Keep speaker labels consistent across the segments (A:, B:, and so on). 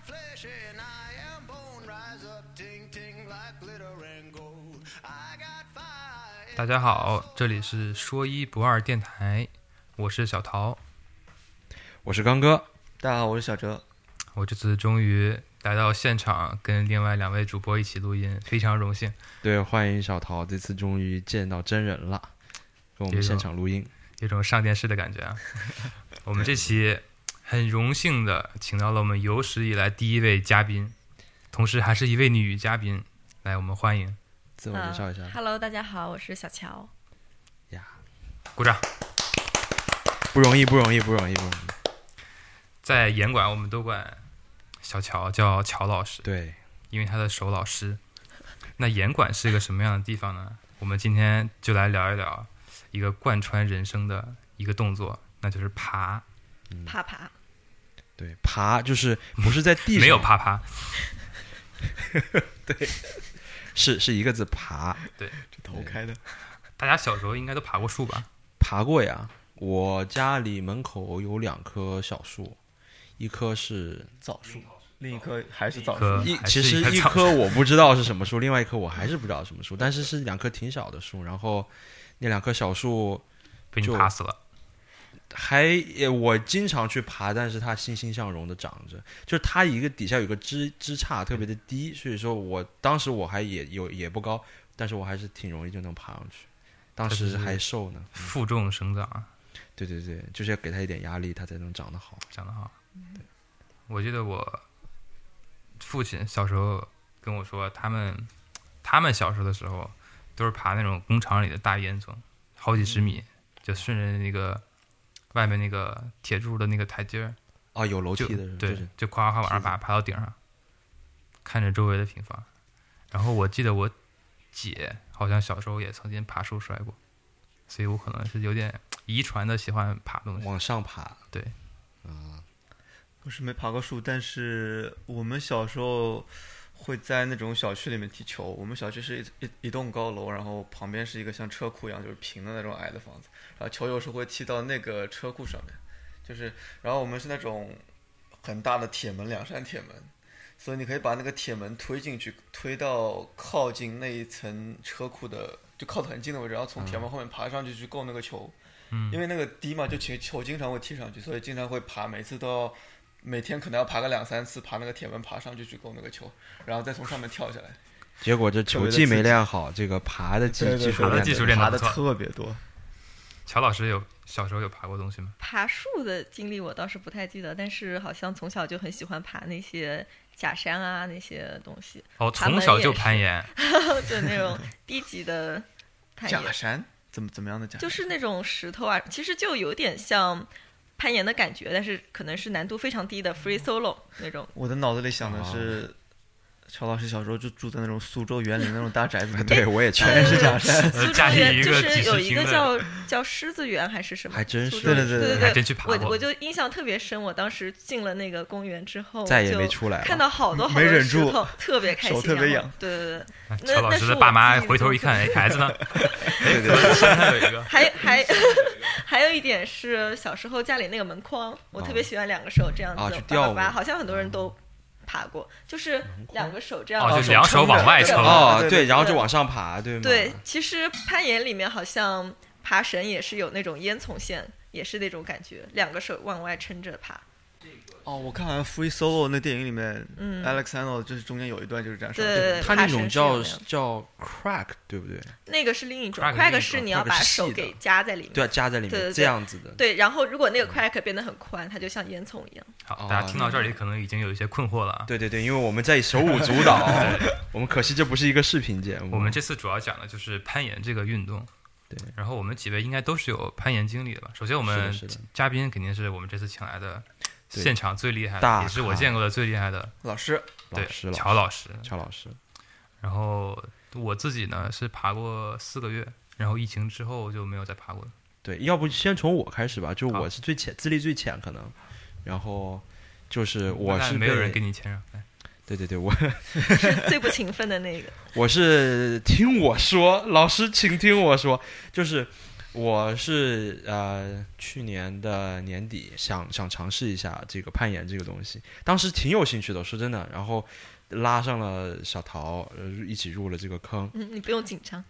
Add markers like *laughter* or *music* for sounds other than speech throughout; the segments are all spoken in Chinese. A: flesh and I am bone. Rise up, ting ting like glitter and gold. I got fire. in
B: 大家好，这里是说一不二电台，我是小桃。
C: 我是刚哥，
D: 大家好，我是小哲。
B: 我这次终于来到现场，跟另外两位主播一起录音，非常荣幸，
C: 对，欢迎小桃，这次终于见到真人了，跟
B: 这
C: 我
B: 个
C: 们现场录音。
B: 有种上电视的感觉啊！我们这期很荣幸的请到了我们有史以来第一位嘉宾，同时还是一位女嘉宾，来，我们欢迎，
C: 自我
E: 啊
C: 介绍一下，
E: 嗯 Hello，大家好，我是小乔。
B: 鼓掌。
C: 不容易，不容易，不容易，不容易。
B: 在严管，我们都管小乔叫乔老师，
C: 对，
B: 因为他的手老师。那严管是一个什么样的地方呢？我们今天就来聊一聊一个贯穿人生的一个动作，那就是爬，
E: 啪啪，
C: 对，爬就是不是在地上，
B: 没有，啪啪，
C: 是是一个字爬，
D: 这头开的，
B: 大家小时候应该都爬过树吧？
C: 爬过呀。我家里门口有两棵小树，一棵是
D: 枣树，另一棵还是枣
B: 棵
D: 树。
C: 一
B: 还是
C: 其实
B: 一棵
C: 一
B: 枣
C: 棵我不知道是什么树，另外一棵我还是不知道什么树，但是是两棵挺小的树，然后那两棵小树
B: 被你
C: 就
B: 爬死了，
C: 还也我经常去爬，但是它欣欣向荣的长着，就是它一个底下有个枝枝杈特别的低，所以说我当时我还也有也不高，但是我还是挺容易就能爬上去，当时还瘦呢。
B: 负重生长啊，
C: 对对对，就是要给它一点压力，它才能长得好。
B: 长得好。我记得我父亲小时候跟我说，他们他们小时候的时候都是爬那种工厂里的大烟囱，好几十米，就顺着那个外面那个铁柱的那个台阶儿，
C: 啊，有楼
B: 就
C: 梯的是吧就
B: 对
C: 是，
B: 就夸夸夸往上爬，爬到顶上，看着周围的平房。然后我记得我姐好像小时候也曾经爬树摔过，所以我可能是有点遗传的喜欢爬东西。
C: 往上爬。
B: 对，
C: 啊，
D: 我是没爬过树，但是我们小时候会在那种小区里面踢球。我们小区是一一一栋高楼，然后旁边是一个像车库一样就是平的那种矮的房子，然后球有时候会踢到那个车库上面，就是然后我们是那种很大的铁门，两扇铁门。所以你可以把那个铁门推进去，推到靠近那一层车库的，就靠得很近的位置，然后从铁门后面爬上去去够那个球。
B: 嗯
D: 因为那个低嘛，就其实球经常会踢上去，所以经常会爬，每次都要，每天可能要爬个两三次，爬那个铁门爬上去去够那个球，然后再从上面跳下来。
C: 结果这球技没练好，这个爬的技技术
B: 爬的
C: 练
B: 技
C: 得
B: 术练得
D: 爬
B: 不
D: 的
B: 错
D: 特别多，
B: 乔老师有小时候有爬过东西吗？
E: 爬树的经历我倒是不太记得，但是好像从小就很喜欢爬那些假山啊那些东西， *laughs*
B: 哦，
E: 爬门
B: 从小
E: 也
B: 就是攀
E: *laughs*
B: 岩，
E: 就那种低级的攀岩
D: 假，山怎么怎么样的假山？
E: 就是那种石头啊，其实就有点像攀岩的感觉，但是可能是难度非常低的 free solo 那种。
D: 我的脑子里想的是，乔老师小时候就住在那种苏州园林那种大宅
B: *laughs*
D: 子里面，
C: 对，我也去
D: 全是假山。
B: 呃
E: 苏州
B: 家里
E: 园
B: 一
E: 就
B: 个几
E: 是
B: 十
E: 有一
B: 平
E: 个
B: 的
E: 叫叫狮子园还是什么，
C: 还真
E: 苏
C: 是
E: 州
D: 对对对
E: 对
B: 还
E: 对，
B: 真去爬
E: 我
B: 过
E: 我就印象特别深，我当时进了那个公园之后，
C: 再也
E: 就
C: 没出来了
E: 看到好多好
D: 没
E: 多
D: 忍
E: 石
D: 住
E: 头，特别开心，
D: 手特别
E: 然后
D: 痒。
E: 对对对，那
B: 乔老
E: 那
B: 师
E: 是
B: 的
E: 我
B: 爸妈
E: 记忆
B: 回头
E: 中
B: 一看，哎，孩子
E: *laughs*
B: 呢？ *laughs*
C: 对对对，
B: 山上有一个，
E: 还还 *laughs* 还有一点是小时候家里那个门框，我特别喜欢两个手这样
C: 啊
E: 子
C: 去
E: 叭叭
C: 吊
E: 叭，
C: 过
E: 好像很多人都爬过，就是两个手这样
B: 哦
E: 子
B: 就两手往外
E: 撑
C: 哦，
D: 对
C: 对，然后就往上爬，对吗？
E: 对，其实攀岩里面好像爬绳也是有那种烟囱线，也是那种感觉，两个手往外撑着爬。
D: 哦，我看好像《Free Solo》那电影里面、
E: 嗯
D: a l e x a n d r 就是中间有一段就是这样上去。
E: 对对对
C: 它那种叫
E: 爬绳是有
C: 叫 crack，对不对？
E: 那个是另一种
B: Crack
E: ，crack
B: 是
E: 是
B: 另
E: 你
C: 一种
E: 要
C: crack
E: 把
C: 是细
E: 手
C: 的
E: 给夹在里面。
C: 对啊，夹在里面
E: 对对对
C: 这样子的。
E: 对，然后如果那个 crack 变得很宽，它就像烟囱一样。
B: 好，
C: *laughs* 哦
B: 大家听到这里可能已经有一些困惑了啊。
C: 对对对，因为我们在手舞足蹈，我们可惜这不是一个视频节目。
B: 我们这次主要讲的就是攀岩这个运动。
C: 嗯对，
B: 然后我们几位应该都是有攀岩经历的吧？首先，我们
C: 是的是的
B: 嘉宾肯定是我们这次请来的
C: 对
B: 现场最厉害的，
C: 大
B: 也是我
C: 咖
B: 见过的最厉害的，
D: 老师，
C: 老
B: 对
C: 师，老
B: 乔老师。
C: 乔老师，
B: 然后我自己呢是爬过四个月，然后疫情之后就没有再爬过了。
C: 对，要不先从我开始吧，就
B: 好
C: 我是最浅，资历最浅可能，然后就是我
B: 那
C: 是
B: 没有
C: 被
B: 人给你谦让，来
C: 对对对，我
E: 是最不勤奋的那个。
C: 我是听我说，老师请听我说，就是我是呃去年的年底想想尝试一下这个攀岩这个东西，当时挺有兴趣的，说真的，然后拉上了小桃，呃一起入了这个坑。
E: 嗯，你不用紧张。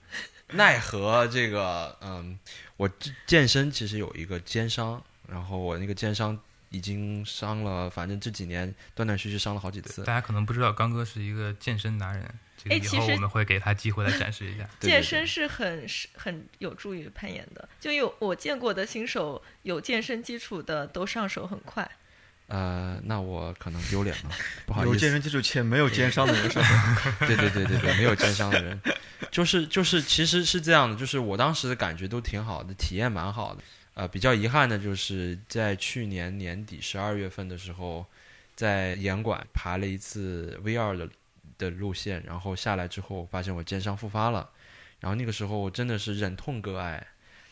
C: 奈何这个，嗯，我这健身其实有一个肩伤，然后我那个肩伤已经伤了，反正这几年断断续续伤了好几次。
B: 大家可能不知道，刚哥是一个健身达人，这个
E: 哎
B: 以
E: 其
B: 后
E: 实
B: 我们会给他机会来展示一下。
C: 对
E: 健身是很是很有助于攀岩的，就有我见过的新手有健身基础的都上手很快。
C: 呃，那我可能丢脸了，不好
D: 有
C: 意
D: 健
C: 思。呃
D: 身基础且没有肩伤的人上，
B: *laughs*
C: 对对对对对，没有肩伤的人，就是就是，其实是这样的，就是我当时的感觉都挺好的，体验蛮好的。呃，比较遗憾的就是在去年年底十二月份的时候，在岩馆爬了一次 V 二的的路线，然后下来之后，我发现我肩伤复发了，然后那个时候我真的是忍痛割爱，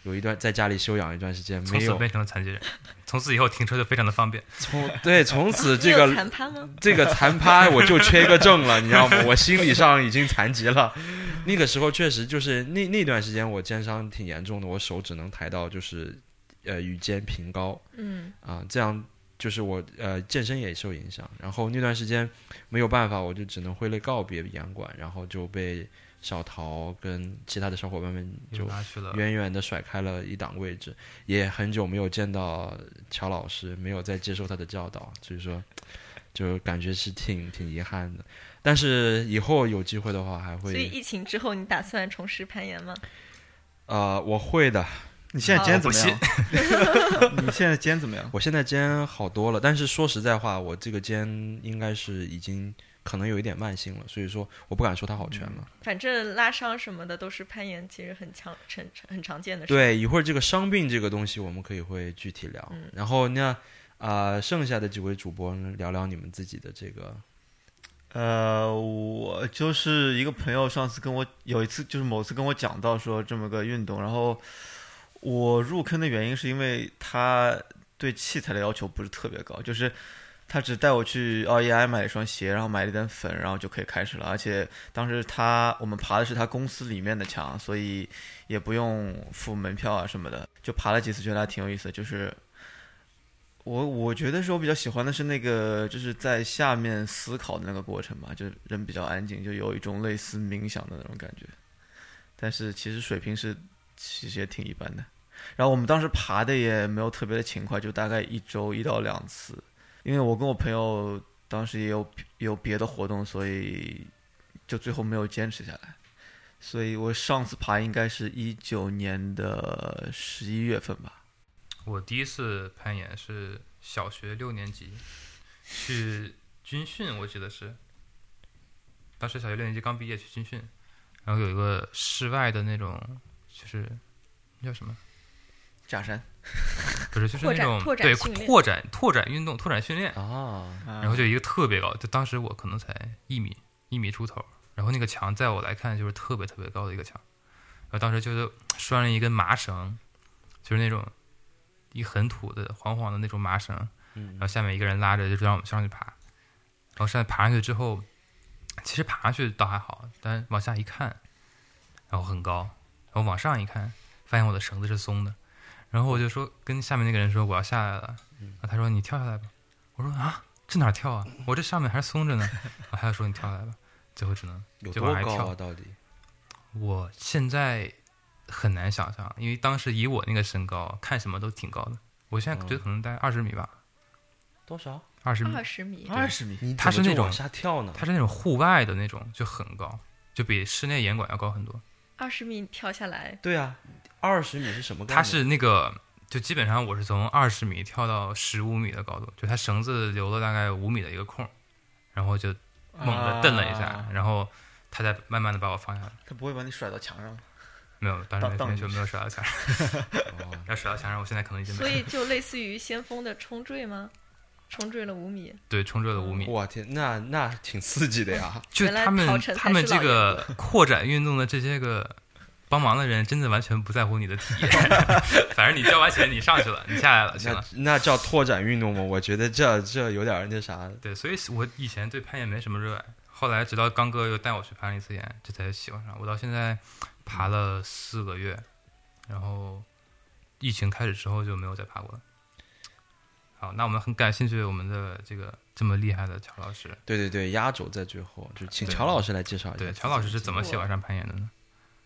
C: 有一段在家里休养一段时间，
B: 从
C: 没
B: 此
C: 有
B: 变成了残疾人，从此以后停车就非常的方便。
C: 从对从此
E: 你
C: 这
E: *laughs* 有
C: 个嗯
E: 残趴吗？
C: 这个残趴我就缺一个证了，你知道吗？我心理上已经残疾了。那个时候确实就是那那段时间我肩伤挺严重的，我手只能抬到就是呃与肩平高
E: 嗯，
C: 啊、这样就是我呃健身也受影响。然后那段时间没有办法，我就只能挥泪告别严管，然后就被小桃跟其他的小伙伴们
B: 就
C: 就
B: 拿去了，
C: 远远的甩开了一档位置，也很久没有见到乔老师，没有再接受他的教导，所以说就感觉是挺挺遗憾的。但是以后有机会的话，还
E: 所以
C: 会
E: 疫情之后你打算重拾攀岩吗？
C: 呃，我会的。
D: 你现在肩怎么
B: 哦
D: 样？你现在肩怎么样？ *laughs*
C: 我现在肩好多了，但是说实在话，我这个肩应该是已经可能有一点慢性了，所以说我不敢说它好全了。
E: 反正拉伤什么的都是攀岩其实很强、很很常见的事。
C: 对，一会儿这个伤病这个东西我们可以会具体聊。
E: 嗯
C: 然后那呃，剩下的几位主播呢聊聊你们自己的这个
D: 呃，我就是一个朋友，上次跟我有一次就是某次跟我讲到说这么个运动，然后我入坑的原因是因为他对器材的要求不是特别高，就是他只带我去 REI 买了一双鞋，然后买了一点粉，然后就可以开始了。而且当时他我们爬的是他公司里面的墙，所以也不用付门票啊什么的，就爬了几次，觉得还挺有意思的，就是我我觉得是我比较喜欢的是那个，就是在下面思考的那个过程吧，就是人比较安静，就有一种类似冥想的那种感觉。但是其实水平是其实也挺一般的。然后我们当时爬的也没有特别的勤快，就大概一周一到两次。因为我跟我朋友当时也有有别的活动，所以就最后没有坚持下来。所以我上次爬应该是一九年的十一月份吧。
B: 我第一次攀岩是小学六年级，去军训，我记得是，当时小学六年级刚毕业去军训，然后有一个室外的那种，就是那叫什么？
D: 假山，
B: 不是，就是
E: 拓
B: 那
E: 展
B: 种
E: 拓展
B: 对
E: 训练
B: 拓展拓展运动、拓展训练，
C: 啊。
D: 然
B: 然后就一个特别高，就当时我可能才一米一米出头，然后那个墙在我来看就是特别特别高的一个墙，然后当时就是拴了一根麻绳，就是那种一很土的黄黄的那种麻绳，然后下面一个人拉着就让我们上去爬，然后上去爬上去之后，其实爬上去倒还好，但往下一看，然后很高，然后往上一看，发现我的绳子是松的，然后我就说跟下面那个人说我要下来了，然后他说你跳下来吧，我说啊。这哪儿跳啊？我这上面还是松着呢。然后他就说你跳下来吧，最后只能
C: 有
B: 就
C: 多
B: 往下
C: 高
B: 跳
C: 啊？到底？
B: 我现在很难想象，因为当时以我那个身高，看什么都挺高的。我现在觉得可能大概二十米吧，
C: 多少？
B: 二十米
E: 二。十米，
D: 二十米，
C: 你
B: 它是那种
C: 往下跳呢？
B: 它是那种户外的那种，就很高，就比室内严管要高很多。
E: 二十米跳下来，
C: 对啊，二十米是什么概念？
B: 它是那个，就基本上我是从二十米跳到十五米的高度，就它绳子留了大概五米的一个空，然后就猛地蹬了一下，
D: 啊
B: 然后它再慢慢的把我放下来。
D: 他不会把你甩到墙上吧？
B: 没有，当时没
D: 当
B: 没有没有甩到墙上，
C: 哦
B: 要甩到墙上，我现在可能已经没
E: 所
B: 有。
C: *laughs*
E: 以就类似于先锋的冲坠吗？冲坠了五米，
B: *laughs* 对，冲着了五米。
C: 我天，那那挺刺激的呀！
B: 就
E: 嗯原来
B: 他
E: 陶
B: 们
E: 晨才
B: 他们
E: 是
B: 这
E: 老
B: 个 *laughs* 扩展运动的这些个帮忙的人，真的完全不在乎你的体
E: *laughs*
B: 验， *laughs* 反正你交完钱你上去了，你下来了， *laughs* 行啊
C: 那
B: 了。
C: 那叫拓展运动吗？我觉得这这有点那啥。
B: 对，所以我以前对攀岩没什么热爱，后来直到刚哥又带我去攀了一次岩，这才喜欢上。我到现在爬了四个月，然后疫情开始之后就没有再爬过了。好，那我们很感兴趣我们的这个这么厉害的乔老师。
C: 对对对，压轴在最后，就请
B: 对
C: 乔老师来介绍一下。
B: 对，乔老师是怎么喜欢上攀岩的呢？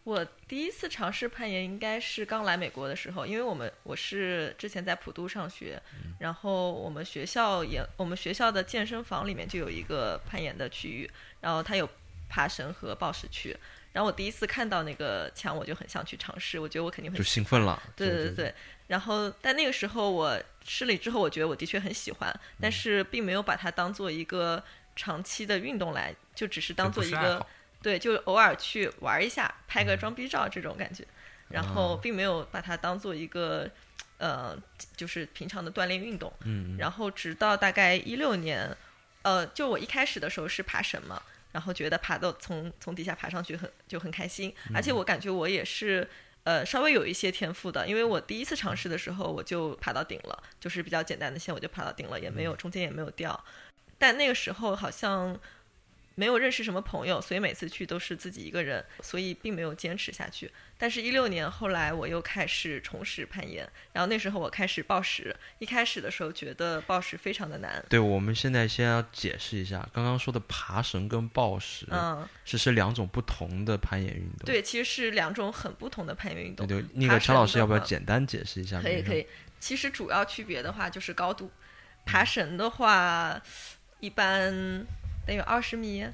E: 我第一次尝试攀岩应该是刚来美国的时候，因为我们我是之前在普渡上学，然后我们学校也我们学校的健身房里面就有一个攀岩的区域，然后它有爬绳和抱石区。然后我第一次看到那个墙，我就很想去尝试，我觉得我肯定会
C: 就兴奋了。
E: *laughs* 对
C: 对
E: 对对。然后，但那个时候我试了之后，我觉得我的确很喜欢，但是并没有把它当做一个长期的运动来，就只是当
B: 就
E: 做
B: 不
E: 一
B: 是爱
E: 个
B: 好
E: 对，就偶尔去玩一下，拍
C: 嗯
E: 个装逼照这种感觉，然
C: 啊
E: 后并没有把它当做一个呃，就是平常的锻炼运动。
C: 嗯，
E: 然后直到大概一六年，呃，就我一开始的时候是爬绳嘛，然后觉得爬到从从底下爬上去很就很开心，而
C: 嗯
E: 且我感觉我也是。呃，稍微有一些天赋的，因为我第一次尝试的时候，我就爬到顶了，就是比较简单的线，我就爬到顶了，也
C: 嗯
E: 没有中间也没有掉。但那个时候好像没有认识什么朋友，所以每次去都是自己一个人，所以并没有坚持下去。但是，一六年后来我又开始重拾攀岩，然后那时候我开始暴食，一开始的时候觉得暴食非常的难，
C: 对，我们现在先要解释一下，刚刚说的爬绳跟抱石，
E: 嗯，
C: 是是两种不同的攀岩运动。
E: 对，其实是两种很不同的攀岩运动
C: 对。对，那个
E: 爬
C: 乔老
E: 绳
C: 师
E: 的
C: 要不要
E: 话
C: 简单解释一下？
E: 可以可，以，其实主要区别的话就是高度，爬绳的话一般得有二十米，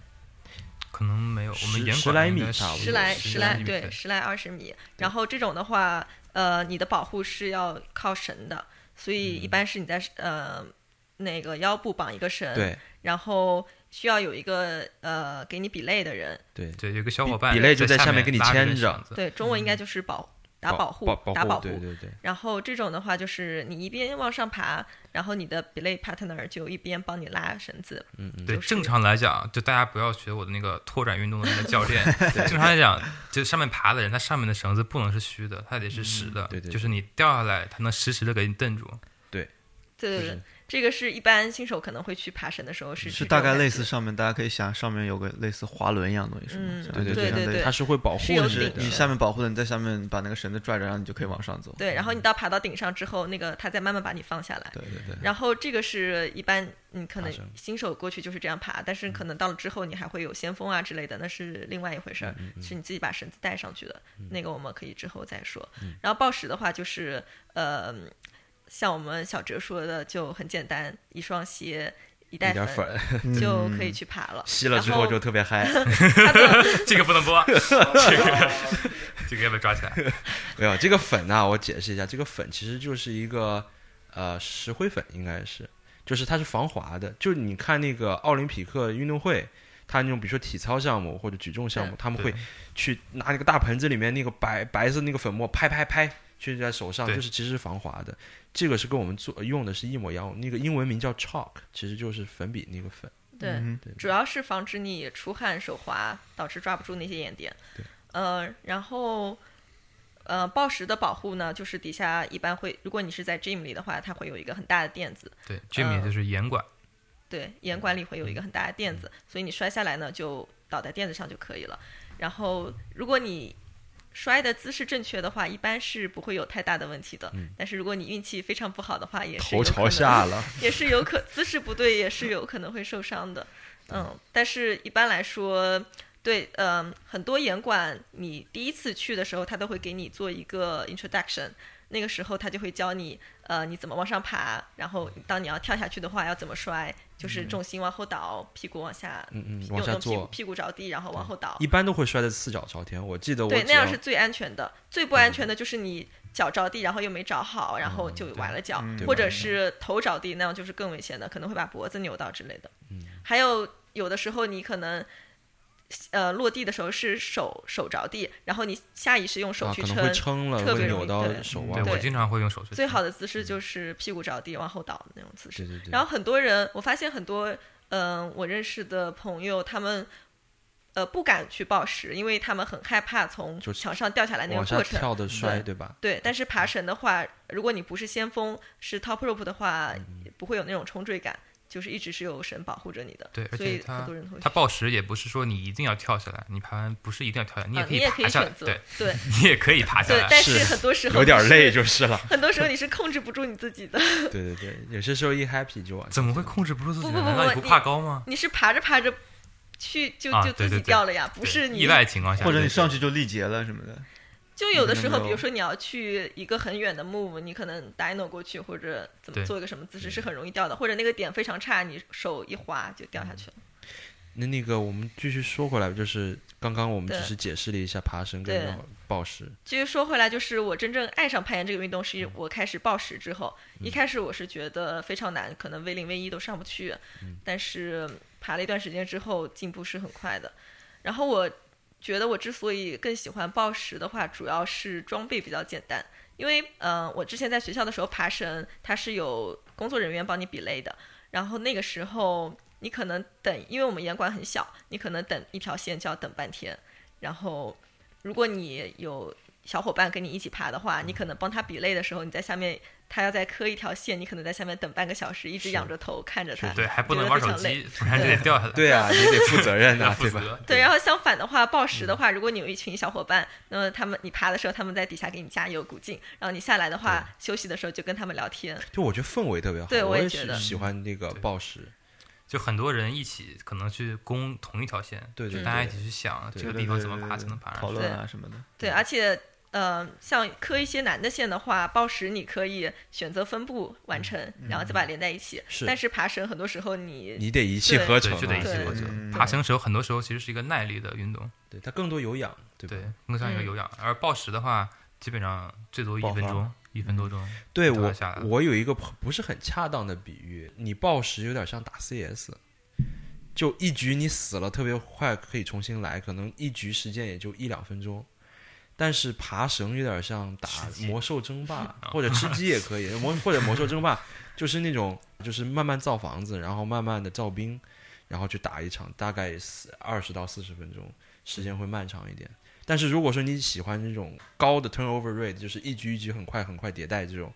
B: 可能没有，我
C: 十
B: 们严
C: 十
B: 管
C: 来
B: 应
C: 米
B: 该
C: 差不
B: 是
C: 多
E: 十来
C: 十
E: 十
C: 来
E: 来
B: 米
E: 对
B: 对
E: 十来二十米，然后这种的话，呃，你的保护是要靠绳的，所以一般是你在呃那个腰部绑一个绳，
C: 对
E: 然后需要有一个呃给你比类的人，
C: 对
B: 对，有个小
C: 比
B: 伙伴
C: 比类就在
B: 在
C: 下面
B: 面
C: 给你
B: 拉
C: 牵
B: 根
C: 着
B: 绳子，
E: 对，中文应该就是保打保护
C: 保保
E: 打保
C: 对
E: 护，
C: 对对，
E: 然后这种的话就是你一边往上爬，然后你的比类 partner 就一边帮你拉绳子，
C: 嗯嗯，
B: 对，
E: 就是
B: 正常来讲，就大家不要学我的那个拓展运动的那个教
C: *laughs*
B: 练。正常来讲，就上面爬的人，他上面的绳子不能是虚的，它得是实的。
C: 嗯对对对
B: 就是你掉下来，它能实时的给你蹬住。
E: 对对
C: 就
E: 对
C: 是，
E: 这个是一般新手可能会去爬绳的时候是这
D: 是大
E: 种
D: 概
E: 感
D: 类
E: 觉
D: 似上面，大家可以想上面有个类似滑轮一样的东西，是吗？
E: 嗯
D: 像
C: 对
D: 就
C: 对
D: 这样
E: 对
D: 的
E: 对
C: 它是会保护
E: 是有
C: 你
E: 顶
D: 是
C: 的
D: 你。下面保护的，你在下面把那个绳子拽着，然后你就可以往上走。
E: 对，然
C: 嗯
E: 后你到爬到顶上之后，那个它再慢慢把你放下来。
D: 对对对，
E: 然后这个是一般你可能
C: 爬升嗯
E: 新手过去就是这样爬，但是可能到了之后你还会有先锋啊之类的，那是另外一回事
C: 嗯
E: 儿，是你自己把绳子带上去的，那个我们可以之后再说。
C: 嗯
E: 然后暴食的话就是呃，像我们小哲说的就很简单，一双鞋一袋
C: 一点粉
E: *laughs*
C: 嗯
E: 就可
D: 嗯
E: 以去爬
C: *laughs*
E: 了。
C: 吸了之后就
E: 然
C: 特别嗨，
B: 这个不能播，这个 *laughs* 这个要被抓起来。
C: 没有这个粉呢、我解释一下，这个粉其实就是一个呃石灰粉，应该是，就是它是防滑的。就是你看那个奥林匹克运动会，它那种比如说体操项目或者举重项目，他们会
B: 对
C: 去拿那个大盆子里面那个白白色那个粉末拍拍拍，去在手上，
B: 对
C: 就是其实是防滑的。这个是跟我们做用的是一模一样，那个英文名叫 chalk，其实就是粉笔那个粉。
E: 对，
D: 嗯
E: 主要是防止你出汗手滑，导致抓不住那些眼点。呃，然后呃，暴食的保护呢，就是底下一般会，如果你是在 gym 里的话，它会有一个很大的垫子，
B: 对，Jimmy
E: 嗯
B: 就是严管，
E: 对，严管理会有一个很大的垫子，所以你摔下来呢，就倒在垫子上就可以了。然后，如果你摔的姿势正确的话，一般是不会有太大的问题的。但是如果你运气非常不好的话，也是有可能
B: *laughs*
C: 了，
E: *laughs* 也是有可姿势不对，也是有可能会受伤的。嗯，但是一般来说，对，嗯、很多严管你第一次去的时候，他都会给你做一个 introduction，那个时候他就会教你，呃，你怎么往上爬，然后当你要跳下去的话要怎么摔，就是重心往后倒，屁股往下，
C: 嗯嗯，往
E: 用
C: 下
E: 用屁股
C: 坐，
E: 屁股着地，然后往后倒
C: 一，般都会摔得四脚朝天。我记得我
E: 对，
C: 只
E: 那样
C: 要
E: 是最安全的。最不安全的就是你脚着地，然后又没着好，然后就崴了脚，
D: 嗯
E: 或者是头着地，那样就是更危险的，可能会把脖子扭到之类的。
C: 嗯
E: 还有有的时候你可能。呃，落地的时候是手手着地，然后你下意识用手
C: 啊，
E: 去
C: 可
E: 撑，
C: 能会撑了，
E: 特别
C: 会
E: 容
C: 扭
E: 易
C: 到
E: 对
C: 手
B: 对
C: 腕。
B: 我经常会用手去。
E: 最好的姿势就是屁股着地往后倒的那种姿势。
C: 对对嗯对。
E: 然后很多人，我发现很多，嗯、我认识的朋友，他们呃不敢去暴食，因为他们很害怕从
C: 就是
E: 墙上掉下来那个
C: 往下
E: 过程。
C: 跳的摔，对吧？
E: 对，但是
B: 嗯嗯
E: 爬绳的话，如果你不是先锋，是 top rope 的话，不会有那种冲坠感。就是一直是有神保护着你的。
B: 对而
E: 所
B: 且
E: 以
B: 它
E: 很多人会
B: 它暴食也不是说你一定要跳下来，你爬完不是一定要跳下来，你
E: 啊，你
B: 也
E: 也
B: 可
E: 可
B: 以爬
E: 以
B: 下来，
E: 选择
B: 对， *laughs* 啊
E: 对
B: 你也可以爬下
E: 对，
B: 来。
E: 但是很
C: *laughs*
E: 多时候
C: 有点
E: 你是
C: 累就是
E: *laughs*
C: 了。
E: 很多时候你是控制不住你自己的，
C: 对对对，有些时候一 happy 就完。
B: 怎么会控制不住自己呢？
E: 不不不
B: 难道你
E: 不
B: 不
E: 你
B: 怕高吗？
E: 你是爬着爬着去就
B: 啊
E: 就
B: 对
E: 自
B: 对
E: 己
B: 对
E: 掉了呀，不
B: 对
E: 是你
B: 意外情况下，
D: 或者
B: 对
D: 你
B: 对
D: 上去就力竭了什
B: *laughs*
D: 么的。
E: 就有的时
C: 嗯
E: 候，
D: 你可能没有
E: 比如说你要去一个很远的 move，你可能 dino 过去或者怎
B: 对
E: 么做一个什么姿势是很容易掉的，或者那个点非常差，你手一滑就掉下去了。
C: 那那个我们继续说回来，就是刚刚我们
E: 对
C: 只是解释了一下爬升跟
E: 对
C: 绕暴食，
E: 至于说回来，就是我真正爱上攀岩这个运动，是我开始暴食之后。一开始我是觉得非常难，可能 V 零 V 一都上不去，但是爬了一段时间之后，进步是很快的。然后我觉得我之所以更喜欢暴食的话，主要是装备比较简单，因为呃，我之前在学校的时候爬绳，它是有工作人员帮你比类的，然后那个时候。你可能等，因为我们岩馆很小，你可能等一条线就要等半天。然后，如果你有小伙伴跟你一起爬的话，你可能帮他比类的时候，你在下面，他要再磕一条线，你可能在下面等半个小时，一直
C: 是
E: 仰着头看着他。
B: 对，还不
E: 觉
B: 能
E: 得
B: 玩
E: 非
B: 手
E: 常累
B: 机，不然就得掉下
D: *laughs*
B: 来。
C: 对啊，你得负责任
B: 要
C: 啊，
B: 负
C: 对吧？
B: 责。
E: 对，然后相反的话，暴食的话，如果你有一群小伙伴，那么他们你爬的时候，他们在底下给你加油鼓劲，然后你下来的话，休息的时候就跟他们聊天。
C: 就我觉得氛围特别好，
E: 对
C: 我
E: 我也
C: 是
E: 觉得
C: 喜欢那个
B: 对
C: 暴食，
B: 就很多人一起可能去攻同一条线，
C: 对对
B: 大家
C: 对
B: 一起去想
C: 对
B: 这个
D: 对
B: 地方
D: 对
B: 怎么
D: 对
B: 爬
D: 对
B: 才能爬上
D: 讨
B: 去。
D: 论啊什么的。
E: 对，而且呃，像磕一些难的线的话，暴食你可以选择分布完成，然后再把它连在一起。
C: 是
E: 但嗯是爬绳很多时候你
C: 你得一气呵成
B: 对，就得
C: 啊
B: 一气
E: 对
B: 呵成。
D: 嗯
B: 爬行时候很多时候其实是一个耐力的运动，
C: 对它更多有氧，对吧？
B: 对，更像一
E: 嗯
B: 个有氧。而暴食的话，基本上最多一
D: 爆
B: 分
D: 发嗯
B: 钟，一分多钟。
C: 对
B: 都要
C: 我
B: 下来，了
C: 我有一个不不是很恰当的比喻，你暴食有点像打 CS，就一局你死了特别快，可以重新来，可能一局时间也就一两分钟。但是爬绳有点像打魔兽
B: *laughs*
C: 争霸，或者吃鸡也可以，魔或者魔兽争霸就是那种就是慢慢造房子，然后慢慢的造兵，然后去打一场，大概四二十到四十分钟，时间会漫长一点。但是如果说你喜欢这种高的 turnover rate，就是一局一局很快很快迭代这种，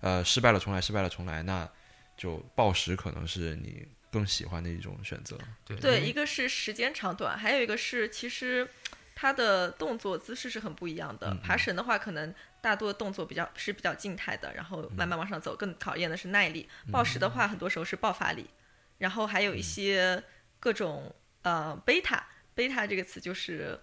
C: 呃，失败了重来，失败了重来，那就暴食可能是你更喜欢的一种选择。
B: 对
E: 对，
B: 因
E: 一
B: 为
E: 个是时间长短，还有一个是其实它的动作姿势是很不一样的。爬绳的话，可能大多动作比较是比较静态的，然后慢慢往上走，更考验的是耐力。暴食的话，很多时候是爆发力，然后还有一些各种呃贝塔，贝塔这个词就是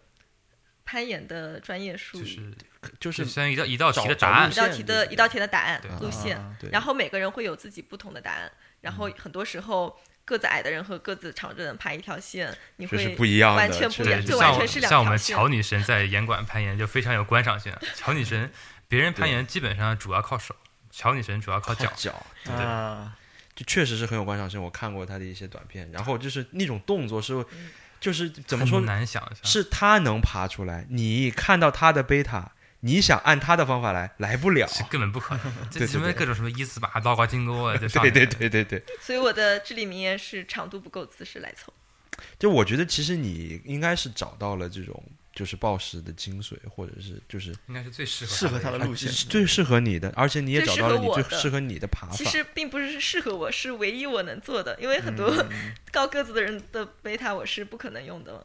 E: 攀岩的专业术
B: 就
E: 语，
B: 是
C: 就
B: 就是相当于一道一道
C: 找
B: 题的
C: 找
B: 答
C: 路
B: 案
E: 一
C: 线，
E: 道题的
C: 对
E: 一道题的答案
B: 对
E: 路线。
D: 啊
C: 对
E: 然后每个人会有自己不同的答案，然后很多时候个子矮的人和个子长的人爬一条线，你
C: 就
E: 会
C: 是不一样的，
E: 完全不一
C: 确
E: 样
B: 对，
C: 实
E: 就
B: 像
E: 完
B: 我
E: 全是两
B: 像我
E: 条
B: 们
E: 线
B: 乔女神在岩馆攀岩就非常有观赏性。啊乔女神，别人攀岩基本上主要靠手，乔女神主要靠脚
C: 靠。脚，
B: 对
D: 啊，
C: 就确实是很有观赏性。我看过他的一些短片，然后就是那种动作是，
E: 嗯
C: 就是 *laughs* 怎么
B: 很
C: 说，
B: 难想象。
C: 是他能爬出来，你看到他的贝塔，你想按他的方法来，来不了。
B: 是根本不可能，这
C: *laughs* 对
B: 什么
C: 对
B: 各种什么一字马、倒挂金钩啊，这上
C: 对
B: 面
C: 对对对对，
E: 所以我的至理名言是：长度不够，姿势来凑。
C: 就我觉得其实你应该是找到了这种就是暴食的精髓，或者是就是
B: 应该是最适合
D: 适合
B: 他
D: 他
B: 的
D: 的
C: 啊
D: 路线。
C: 是最适合你的，而且你也
E: 最
C: 找
E: 适
C: 到了
E: 合
C: 你
E: 我
C: 最
E: 的
C: 适合你的爬
E: 其
C: 法。
E: 实并不是适合我，是唯一我能做的，因为很多
D: 嗯
E: *laughs* 高个子的人的贝塔我是不可能用的嘛，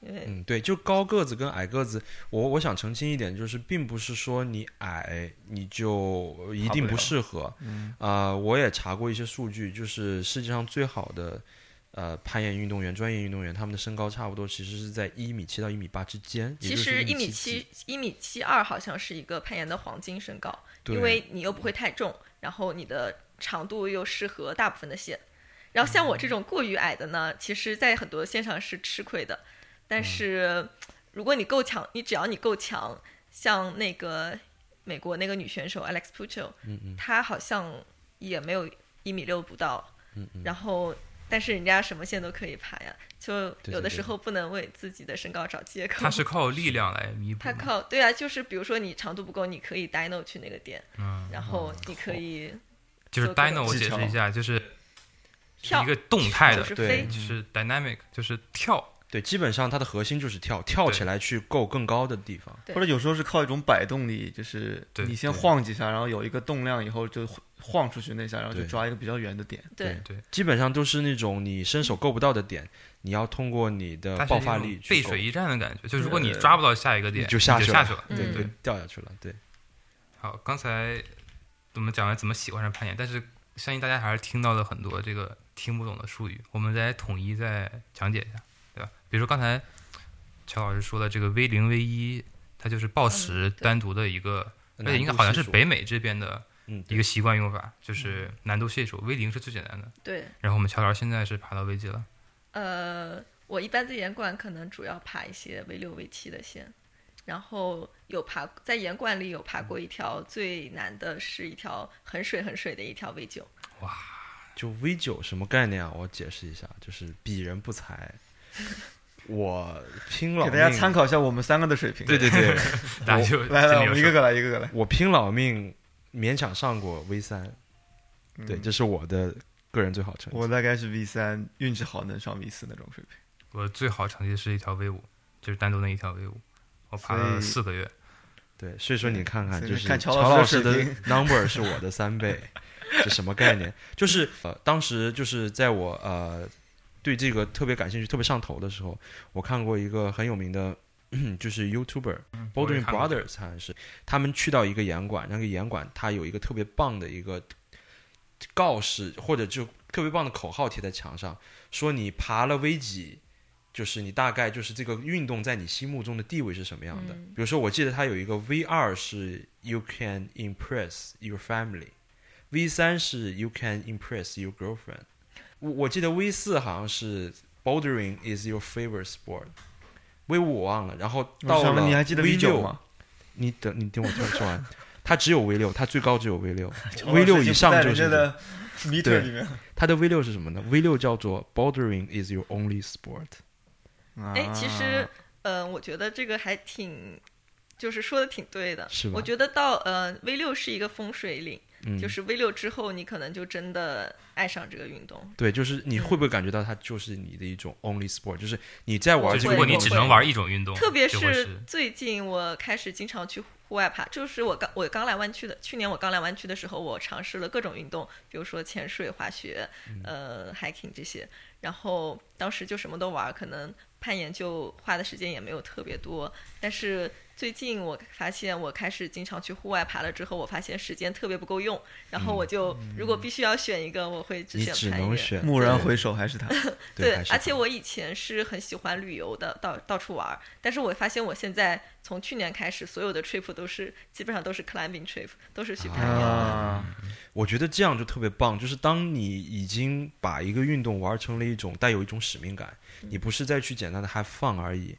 E: 因为
C: 嗯，对，就高个子跟矮个子，我我想澄清一点，就是并不是说你矮你就一
D: 爬
C: 定
D: 不
C: 不
D: 了
C: 适合。
D: 嗯
C: 啊，我也查过一些数据，就是世界上最好的呃攀岩运动员、专业运动员，他们的身高差不多其实是在一米七到一米八之间，也就
E: 其
C: 是
E: 实一
C: 1.7
E: 米
C: 几，
E: 七一米七二好像是一个攀岩的黄金身高，
C: 对
E: 因为你又不会太重，然后你的长度又适合大部分的线。然后像我这种过于矮的呢，其实在很多线上是吃亏的，
C: 嗯
E: 但是如果你够强，你只要你够强，像那个美国那个女选手 Alex Pucho，她
C: 嗯
E: 好像也没有一米六不到，
C: 嗯
E: 然后但是人家什么线都可以爬呀，就
C: 对
E: 有的
C: 对
E: 时候不能为自己的身高找借口。
B: 他是靠力量来弥补
E: 他。靠对啊，就是比如说你长度不够，你可以 dino 去那个点，
B: 嗯，
E: 然后
C: 哦
E: 你可以
B: 就是 dino，我解释一下，就是是一个动态
E: 就
B: 的
E: 是，
C: 对
E: 飞
B: 就，是 dynamic，就是跳，
C: 对，基本上它的核心就是跳，跳起来去够更高的地方。
E: 对
D: 或者有时候是靠一种摆动力，就是
B: 对
D: 你先
C: 对
D: 晃几下，然后有一个动量以后就晃出去那下，然后就
C: 对
D: 抓一个比较远的点。
E: 对，
C: 基本上都是那种你伸手够不到的点，你要通过你的
B: 它是
C: 呃爆
B: 那
C: 发
B: 种
C: 力去
B: 背
C: 够
B: 水一战的感觉，就如果
D: 对
B: 你抓不到下一个点，
C: 你就
B: 你
C: 下去了
B: 下去了。
E: 嗯
C: 对
B: 对
C: 对，掉下去了，对，
B: 好，刚才我们讲了怎么喜欢上攀岩，但是相信大家还是听到了很多这个听不懂的术语，我们再统一再讲解一下，对吧？比如说刚才乔老师说的这个 V 零 V 一，它就是抱石
E: 嗯对
B: 单独的一个，而且应该好像是北美这边的
C: 嗯
B: 一个习惯用法，就是
E: 嗯
B: 难度系数 V 零是最简单的。
E: 对，
B: 然后我们乔老师现在是爬到 V 几了，
E: 呃，我一般在岩馆可能主要爬一些 V 六、V 七的线，然后有爬在岩馆里有爬
C: 嗯
E: 过一条最难的是一条很水很水的一条 V 九，
C: 就 V 九什么概念啊？我解释一下，就是鄙人不才， *laughs* 我拼老
D: 给
C: 命，
D: 大家参考一下我们三个的水平。
C: 对对对，
B: 大家就
D: 来
B: 心
D: 来，我
B: 里有
D: 们一
B: 数
D: 个个来，一个个来。
C: 我拼老命勉强上过 V 三，对，
D: 嗯
C: 这是我的个人最好成绩。
D: 我大概是 V 三，运气好能上 V 四那种水平。
B: 我最好成绩是一条 V 五，就是单独那一条 V 五，我爬
D: 所以
B: 了四个月。
C: 对，所以说你看看，
D: 所以
C: 就是
D: 看
C: 乔
D: 乔
C: 老
D: 老
C: 师
D: 师
C: 的
D: 的
C: *laughs* number 是我的三倍， *laughs* 是什么概念？就是呃，当时就是在我呃对这个特别感兴趣、特别上头的时候，我看过一个很有名的。 *coughs* 就是 YouTuber
B: 嗯
D: 嗯
B: 我
C: Bouldering
B: 也看过
C: Brothers 好像是，他们去到一个岩馆，那个岩馆它有一个特别棒的一个告示，或者就特别棒的口号贴在墙上，说你爬了 V 几，就是你大概就是这个运动在你心目中的地位是什么样的。
E: 嗯
C: 比如说，我记得它有一个 V 二是 You can impress your family，V 三是 You can impress your girlfriend。我我记得 V 四好像是 Bouldering is your favorite sport，V 五我忘了。然后到
D: 我想
C: 了
D: 问你还记得
C: V
D: 九
C: 六
D: 吗？
C: 你等你听我说说完，它只有 V 六，它最高只有 V
D: *laughs*
C: 六
D: 乔
C: ，V
D: 老
C: 六
D: 师已
C: 以
D: 经
C: 上
D: 在
C: 就哦
D: 人
C: 是
D: 家的 meter 里面。
C: 它的 V 六是什么呢？V 六叫做 Bouldering is your only sport。
E: 哎，其实
D: 啊，
E: 呃，我觉得这个还挺，就是说的挺对的，
C: 是吧
E: 我觉得到呃 V 六是一个风水岭，
C: 嗯，
E: 就是 V 六之后，你可能就真的爱上这个运动。
C: 对，就是你会不会感觉到它就是你的一种 only sport，就是你在玩
E: 我
B: 就是
C: 这
E: 会
C: 个
B: 如果
C: 运
B: 你
C: 动，
B: 只能玩一种运动，
E: 特别
B: 就会
E: 是最近我开始经常去户外爬，就是我刚我刚来湾区的，去年我刚来湾区的时候，我尝试了各种运动，比如说潜水、滑雪、呃 hiking 这些，然后当时就什么都玩，可能攀岩就花的时间也没有特别多，但是。最近我发现，我开始经常去户外爬了之后，我发现时间特别不够用，然后我就、如果必须要选一个，我会只
C: 你
E: 选
C: 只
E: 攀岩。
C: 能选
D: 蓦然回首还是他。
E: 对，
C: 还是
E: 而且我以前是很喜欢旅游的，到到处玩儿。但是我发现我现在从去年开始，所有的 trip 都是基本上都是 climbing trip，都是去攀岩。
D: 啊，
C: 我觉得这样就特别棒，就是当你已经把一个运动玩成了一种带有一种使命感，
E: 嗯
C: 你不是再去简单的 have fun 而已，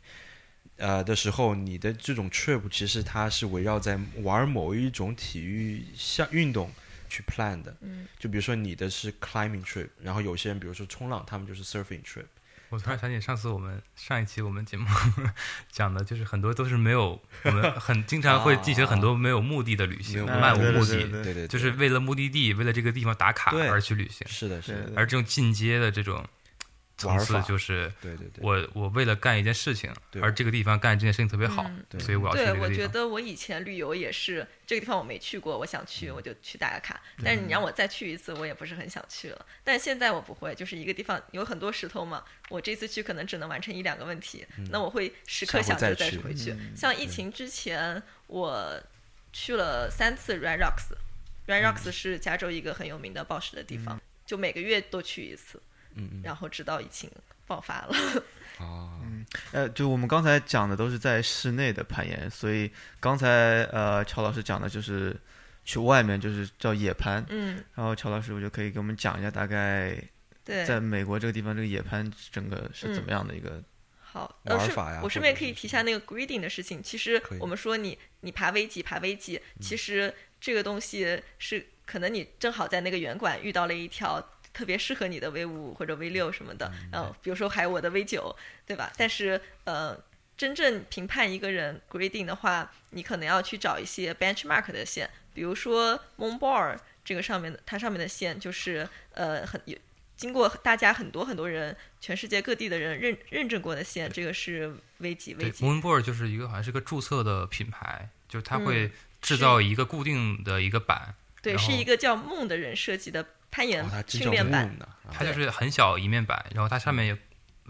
C: 呃的时候，你的这种 trip 其实它是围绕在玩某一种体育项运动去 plan 的，
E: 嗯，
C: 就比如说你的是 climbing trip，然后有些人比如说冲浪，他们就是 surfing trip，
B: 我突然想起上次我们上一期我们节目 *laughs* 讲的，就是很多都是没有，我
E: *laughs*
B: 们很经常会进行很多没有目的的旅行，
C: 没有
B: 漫无目
D: 对
B: 的，
D: 对
C: 对对，
B: 就是为了目的地，为了这个地方打卡
C: 对
B: 而去旅行。
C: 是的，是的，
B: 而这种进阶的这种层
C: 玩
B: 次
C: 法，
B: 就是
C: 对对对，
B: 我我为了干一件事情，
C: 对
B: 而这个地方干这件事情特别好
E: 嗯，
C: 对
B: 所以我要去
E: 对，
B: 这个
E: 我
B: 地
E: 觉
B: 方。
E: 得我以前旅游也是这个地方我没去过，我想去我就去打个卡。但是你让我再去一次，我也不是很想去了。但现在我不会，就是一个地方有很多石头嘛，我这次去可能只能完成一两个问题，那我会时刻
C: 下
E: 想
C: 回
E: 着
C: 再
E: 再
C: 去
E: 回去。
D: 嗯
E: 像疫情之前，我去了三次 Red Rocks。Red Rocks 是加州一个很有名的暴食的地方，就每个月都去一次，
C: 嗯嗯
E: 然后直到疫情爆发了。 *laughs*
C: 啊，
D: 呃，就我们刚才讲的都是在室内的攀岩，所以刚才呃乔老师讲的就是去外面就是叫野攀，
E: 嗯，
D: 然后乔老师我就可以给我们讲一下大概
E: 对。嗯
D: 在美国这个地方这个野攀整个是怎么样的一个，
E: 好，呃，
C: 玩
E: 是
C: 法呀
E: 我顺
C: 或
E: 便
C: 者
E: 可以
C: 是
E: 提一下那个 grading 的事情。其实
C: 可以嗯
E: 我们说你你爬 V 级爬 V 级，其实这个东西是可能你正好在那个圆管遇到了一条特别适合你的 V 五或者 V 六什么的，
C: 嗯
E: 呃，比如说还有我的 V 九，对吧？但是呃。真正评判一个人 grading 的话，你可能要去找一些 benchmark 的线，比如说 m o n b a r 这个上面的，它上面的线就是呃很有经过大家很多很多人，全世界各地的人认认证过的线，这个是 V 级 V
B: 对
E: 级。
B: ，Moonboard 就是一个好像是个注册的品牌，就是它
E: 嗯
B: 会制造一个固定的一个板，
E: 对，
B: 然后
E: 是一个叫梦的人设计的攀岩
C: 哦，它真
E: 训
C: 叫
E: 练版。
C: Moon 呢啊
B: 它就是很小一面板，然后它上面也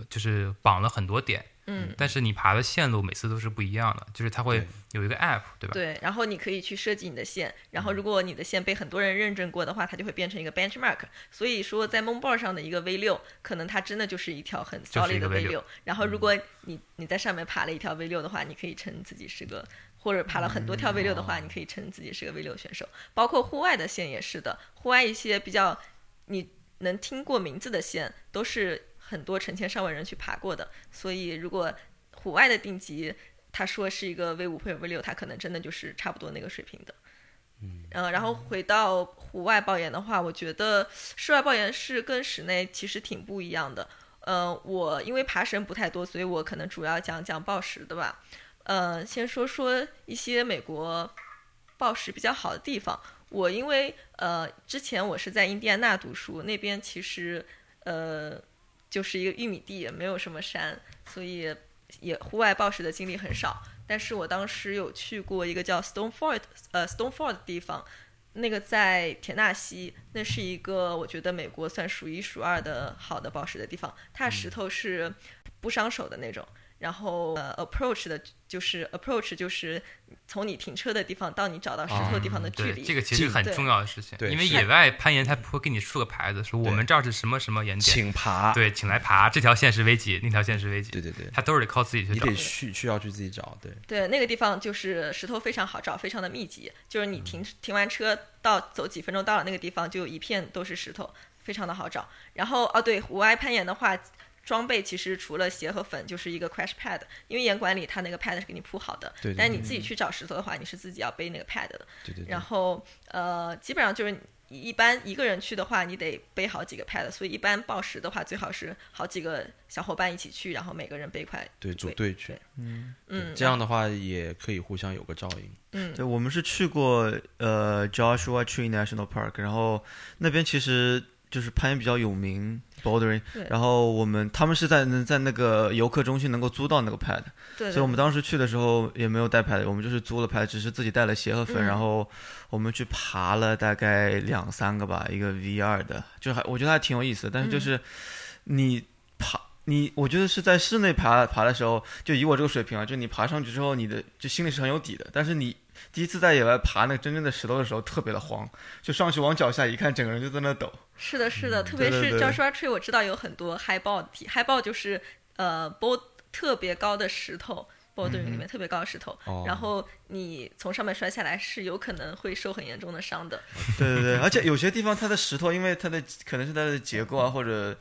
B: 就是绑了很多点，
E: 嗯，
B: 但是你爬的线路每次都是不一样的，就是它会
C: 对
B: 有一个 app，对吧？
E: 对，然后你可以去设计你的线，然后如果你的线被很多人认证过的话，它就会变成一个 benchmark。所以说，在 Moonboard 上的一个 V 六，可能它真的就是一条很
B: 就是
E: solid
B: 一
E: 的
B: 个嗯
E: V
B: V6
E: 六。然后如果你你在上面爬了一条 V 六的话，你可以称自己是个。或者爬了很多条 V 六的话，你可以称自己是个 V 六选手。包括户外的线也是的，户外一些比较你能听过名字的线，都是很多成千上万人去爬过的。所以如果户外的定级，他说是一个 V 五配 V 六，它可能真的就是差不多那个水平的。嗯，然后回到户外抱岩的话，我觉得室外抱岩是跟室内其实挺不一样的。呃，我因为爬绳不太多，所以我可能主要讲讲暴石的吧。呃，先说说一些美国暴石比较好的地方。我因为呃之前我是在印第安纳读书，那边其实呃就是一个玉米地，也没有什么山，所以也户外暴食的经历很少，但是我当时有去过一个叫 Stoneford 呃 Stoneford 的地方，那个在田纳西，那是一个我觉得美国算数一数二的好的暴食的地方，
B: 嗯
E: 它的石头是不伤手的那种，然后呃 approach 的就是 approach 就是从你停车的地方到你找到石头的地方的
B: 嗯
E: 距
B: 对
E: 离，
B: 这个其实很
E: 对
B: 重要的事情，
C: 哦对
B: 因为
C: 是
B: 野外攀岩它不会给你竖个牌子说我们这儿是什么什么岩点，
C: 请爬，
B: 对，请来爬这条线是危几，那条线是危几，
C: 对对对，
B: 它都是得靠自己去
C: 你
B: 找
C: 得。去需要去自己找，对，
E: 对，那个地方就是石头非常好找，非常的密集，就是
C: 嗯
E: 你停停完车到走几分钟到了那个地方，就一片都是石头，非常的好找。然后哦，对，户外攀岩的话，装备其实除了鞋和粉，就是一个 crash pad，因为岩馆里它那个 pad 是给你铺好的，
C: 对对
E: 但你自己去找石头的话，你是自己要背那个 pad 的。
C: 对对对
E: 然，后呃，基本上就是一一般一个人去的话，你得背好几个 pad，所以一般报时的话，最好是好几个小伙伴一起去，然后每个人背块，
C: 对组
E: 对
C: 队去
E: 对，
D: 嗯，
E: 嗯，
C: 这样的话也可以互相有个照应。
E: 嗯，
D: 对，我们是去过呃 Joshua Tree National Park，然后那边其实就是攀岩比较有名，bouldering
E: 对。
D: 然后我们他们是在能在那个游客中心能够租到那个 pad，
E: 对，
D: 所以
E: 对
D: 我们当时去的时候也没有带 pad，我们就是租了 pad，只是自己带了鞋和粉，
E: 嗯
D: 然后我们去爬了大概两三个吧，一个 V 二的，就还我觉得还挺有意思的，但是就是
E: 嗯
D: 你爬。你我觉得是在室内爬爬的时候，就以我这个水平啊，就你爬上去之后，你的就心里是很有底的。但是你第一次在野外爬那个真正的石头的时候，特别的慌，就上去往脚下一看，整个人就在那抖。
E: 是的，是的，特别
D: 对对
E: 是
D: 对
E: Joshua Tree，我知道有很多 high ball 的题，high ball 就是呃 b 特别高的石头 b o u l d e r 里面特别高的石头，
C: 哦
E: 然后你从上面摔下来是有可能会受很严重的伤的。
C: *laughs*
D: 对对对，而且有些地方它的石头，因为它的可能是它的结构
C: *laughs*
D: 啊，或者，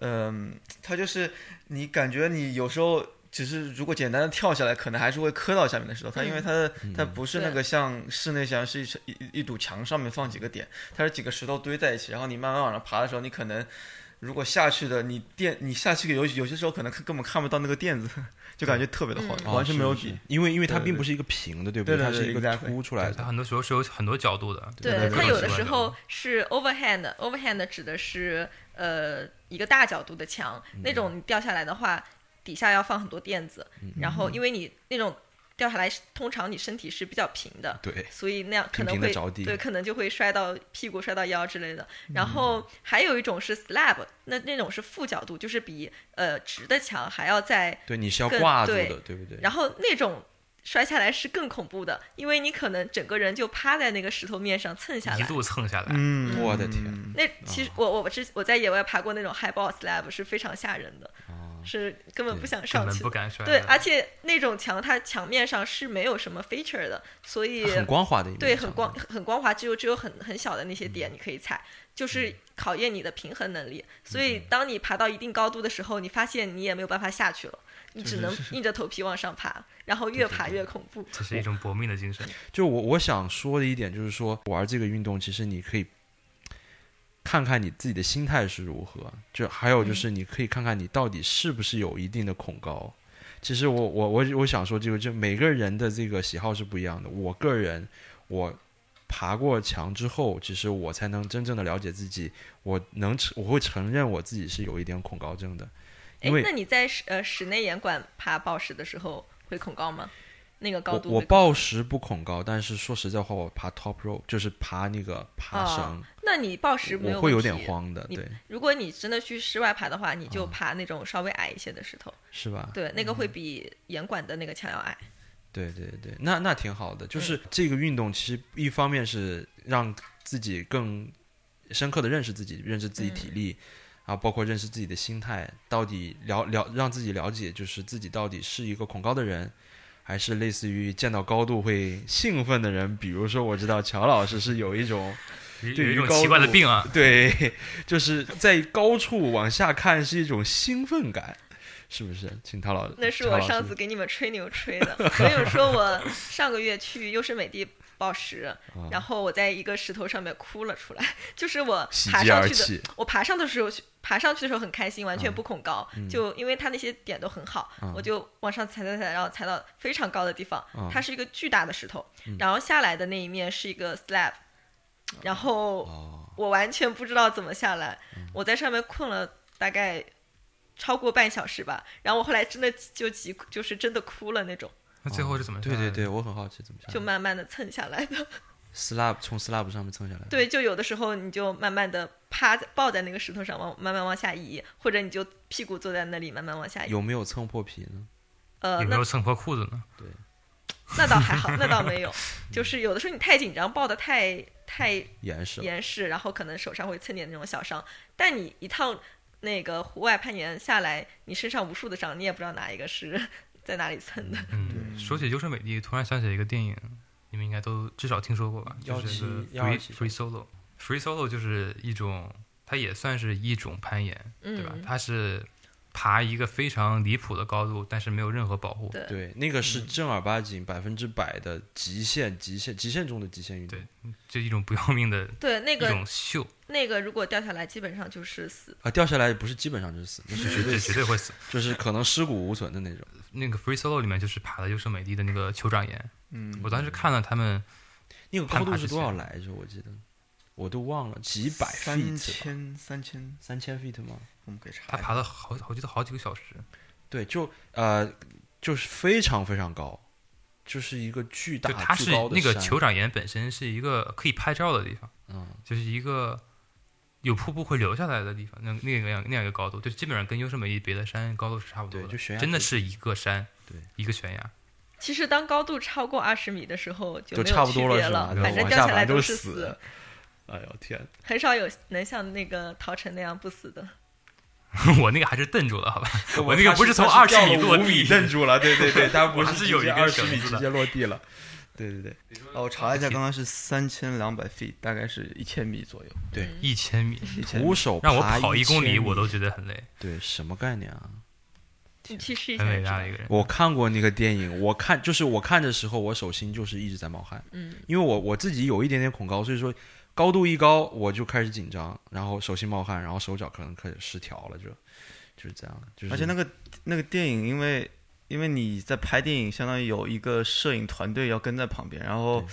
D: 嗯、它就是你感觉你有时候只是如果简单的跳下来，可能还是会磕到下面的石头。它因为它的、
C: 嗯
D: 它不是那个
E: 对
D: 像室内像是一一一一堵墙上面放几个点，它是几个石头堆在一起，然后你慢慢往上爬的时候，你可能。如果下去的你垫，你下去有有些时候可能根本看不到那个垫子， *laughs* 就感觉特别的晃，
C: 哦
D: 完全没有
C: 是
D: 底
C: 是。因为因为它
D: 对对
C: 并不是一个平的，对不
D: 对对
C: 它
D: 对
C: 是一个
D: exactly
C: 凸出来
B: 它
C: 的。
B: 很多时候是有很多角度的，
E: 对，
D: 对
E: 它
D: 对
E: 有
B: 各
E: 的
B: 种
E: 时
B: 角
E: 候
B: 度
E: 是 overhand，overhand 指的是呃一个大角度的墙，那种你掉下来的话，底下要放很多垫子，然后因为你那种掉下来是，通常你身体是比较平的，
C: 对，
E: 所以那样可
C: 平
E: 能
C: 平
E: 会
C: 地着地
E: 对，可能就会摔到屁股、摔到腰之类的。然后还有一种是 slab，那那种是负角度，就是比呃直的墙还要再，
C: 对，你是要
E: 更
C: 挂住
E: 对
C: 的，对不对？
E: 然后那种。摔下来是更恐怖的，因为你可能整个人就趴在那个石头面上蹭下
B: 一
E: 来。
B: 度蹭下来。
D: 嗯
C: 我的天
E: 那其实我我我之我在野外爬过那种 high ball slab 是非常吓人的，
C: 哦
E: 是根本不想
B: 根
E: 上
B: 本
E: 去
B: 不
E: 的。
B: 敢摔啊的。
E: 对，啊而且那种墙它墙面上是没有什么 feature 的，所以
C: 很光滑的一面墙，
E: 对，很光很光滑，只有只有很很小的那些
C: 嗯
E: 点你可以踩，就是考验你的平衡能力。所以
C: 嗯
E: 当你爬到一定高度的时候，你发现你也没有办法下去了，你只能硬着头皮往上爬，然后越爬越恐怖。
B: 这是一种搏命的精神。
C: 就我我想说的一点就是说，玩这个运动，其实你可以看看你自己的心态是如何，就还有
E: 嗯
C: 就是你可以看看你到底是不是有一定的恐高。其实我我我我想说这个，就每个人的这个喜好是不一样的。我个人我爬过墙之后，其实我才能真正的了解自己，我能承我会承认我自己是有一点恐高症的，
E: 哎
C: 因为，
E: 那你在室呃室内岩馆爬暴石的时候会恐高吗？那个高
C: 我
E: 度
C: 我
E: 会恐
C: 暴食不恐高，但是说实在话，我爬 top rope 就是爬那个爬
E: 哦
C: 绳，
E: 那你暴石没
C: 我
E: 有
C: 会有
E: 问
C: 点
E: 题。
C: 慌的，
E: 你
C: 对，
E: 如果你真的去室外爬的话，你就
C: 啊嗯
E: 爬那种稍微矮一些的石头，
C: 是吧？
E: 对，那个会比岩馆的那个墙要矮。
C: 对对对，那那挺好的。就是这个运动，其实一方面是让自己更深刻的认识自己，认识自己体
E: 嗯
C: 力，啊，包括认识自己的心态，到底了了让自己了解，就是自己到底是一个恐高的人，还是类似于见到高度会兴奋的人。比如说，我知道乔老师是有一种
B: 有
C: 对
B: 有一
C: 于
B: 种
C: 高
B: 奇怪的
C: 度
B: 病啊。
C: 对，就是在高处往下看是一种兴奋感。是不是？请陶老师，
E: 那是
C: 乔
E: 我
C: 老
E: 上
C: 师
E: 次给你们吹牛吹的。我有说我上个月去优胜美地报石，
C: 嗯啊
E: 然后我在一个石头上面哭了出来， *laughs* 就是我
C: 喜
E: 爬
C: 极
E: 上
C: 而
E: 去的，
C: 泣，嗯
E: 我爬上的时候，爬上去的时候很开心，完全不恐高，就因为它那些点都很好，我就往上踩踩踩，然后踩到非常高的地方，
C: 嗯
E: 它是一个巨大的石头，然后下来的那一面是一个
C: 嗯
E: slab，然后
B: 哦
E: 我完全不知道怎么下来，我在上面困了大概超过半小时吧，然后我后来真的就急，就是真的哭了那种，
B: 那最后是怎么？啊
C: 对对对，，我很好奇怎么下来
E: 就慢慢的蹭下来的。
C: slab 从 slab 上面蹭下来。，
E: 对，就有的时候你就慢慢的趴在抱在那个石头上往慢慢往下移，或者你就屁股坐在那里慢慢往下移。
C: 有没有蹭破皮呢？
E: 呃，
B: 有没
E: 那
B: 有蹭破裤子呢？
E: 那倒
B: *laughs*
E: 还好，那倒没有。就是有的时候你太紧张，抱的太太
C: 严实了，
E: 严实，然后可能手上会蹭点那种小伤。但你一趟那个户外攀岩下来，你身上无数的伤，你也不知道哪一个是 *laughs* 在哪里蹭的。
B: 嗯，说起优胜美地，突然想起一个电影，你们应该都至少听说过吧？就
C: 嗯幺
B: 是
C: 七
B: 那
C: 幺
B: 个
C: 二
B: free
C: 七
B: free solo。free solo 就是一种，它也算是一种攀岩，对吧
E: 嗯？
B: 它是爬一个非常离谱的高度，但是没有任何保护。
E: 对
C: 对，那个
B: 嗯
C: 是正儿八经百分之百的极限，极限，极限中的极限运动。
B: 对就一种不要命的
E: 对，那
B: 一
E: 个
B: 种秀，
E: 那个如果掉下来，基本上就是死。
C: 啊，掉下来也不是基本上就是死，那是绝
B: 这
C: 对
B: 绝
C: 死，
B: 对会死。
C: 就是可能尸骨无存的那种。
B: 那个 free solo 里面就是爬的优胜美地的那个酋长岩，
D: 嗯，
B: 我当时看了他们
C: 那个高
B: 攀爬
C: 度
B: 之
C: 是多少
B: 前
C: 来着？我记得，我都忘了，几百
D: 三
C: feet 吧，
D: 千三千，
C: 三千 feet 吗？
D: 我们可以查
B: 他
C: 哎
D: 一下。
B: 爬了好，我记得好几个小时。
C: 对，就呃，就是非常非常高，就是一个巨大
B: 就它
C: 巨
B: 是
C: 高的
B: 那个
C: 山
B: 酋长岩本身是一个可以拍照的地方，
C: 嗯，
B: 就是一个有瀑布会流下来的地方，那那个样那样一个高度，就是基本上跟优胜美地别的山高度是差不多的，
C: 对就悬崖
B: 真的是一个山，
C: 对，
B: 一个悬崖， *laughs*
E: 其实当高度超过二十米的时候就
C: 就
E: 没
C: 差
E: 有
C: 不
E: 区
C: 多
E: 别
C: 是吗？
E: 反正
C: 往
E: 掉
C: 下
E: 下
C: 来
E: 来
C: 都
E: 都
C: 是
E: 是
C: 死
E: 死，。
C: 哎呦天！
E: 很少有能像那个陶晨那样不死的。
B: 我那个还是蹬住了，好吧，我 *laughs*
C: 我
B: 那个不是从二十米落地，
C: 蹬住了，对对对，它
B: *laughs*
C: 不
B: 我还是有一个
C: 二十米
B: 绳子
C: 直
B: 的
C: 接落地了，对对对，
D: 哦，我查了一下，刚刚是三千两百 feet，大概是一千米左右。
B: *laughs* 一千米，
D: 1000米
C: 徒手
B: 让我
C: 爬
B: 跑一
C: 1000
B: 公里
C: 米
B: 我都觉得很累，
C: 对什么概念啊？
E: 你去试一下
B: 很
E: 就
B: 伟
E: 知道
B: 大的一个人。
C: 我看过那个电影，我看就是我看的时候，我手心就是一直在冒汗，
E: 嗯，
C: 因为我我自己有一点点恐高，所以说高度一高我就开始紧张，然后手心冒汗，然后手脚可能开始失调了，就就是这样，就是
D: 而且那
C: 个
D: 个那个电影，因为因为你在拍电影，相当于有一个摄影团队要跟在旁边，然后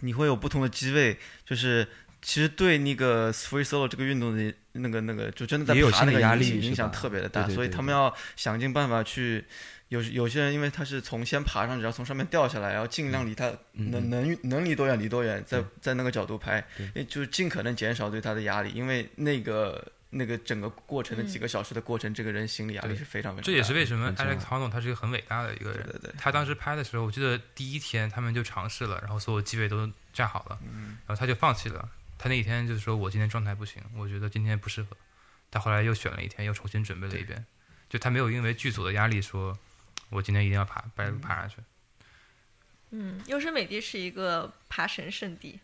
D: 你会有不同的机位，就是其实对那个 free solo 这个运动的那个那个，就真的在
C: 也有
D: 爬
C: 心
D: 那
C: 理
D: 个
C: 压
D: 引
C: 力
D: 起
C: 是
D: 影响
C: 吧
D: 特别的大，
C: 对对
D: 所以
C: 对
D: 他们
C: 对
D: 要想尽办法去。有有些人因为他是从先爬上去，然后从上面掉下来，然后尽量离他
C: 嗯
D: 能
C: 嗯
D: 能能离多远离多远，在在那个角度拍
C: 对，
D: 也就是尽可能减少对他的压力，因为那个那个整个过程的几个小时的过程，这个人心理压力
B: 对
D: 是非常非常大的。
B: 这也是为什么
C: 很重要
B: Alex h o n o 他是一个很伟大的一个
D: 对
B: 人，
D: 对对，
B: 他当时拍的时候，我记得第一天他们就尝试了，然后所有机位都站好了，
C: 嗯
B: 然后他就放弃了。他那一天就是说我今天状态不行，我觉得今天不适合。他后来又选了一天，又重新准备了一遍，就他没有因为剧组的压力说，我今天一定要爬白爬上去。
E: 嗯，优胜美地是一个爬神圣地，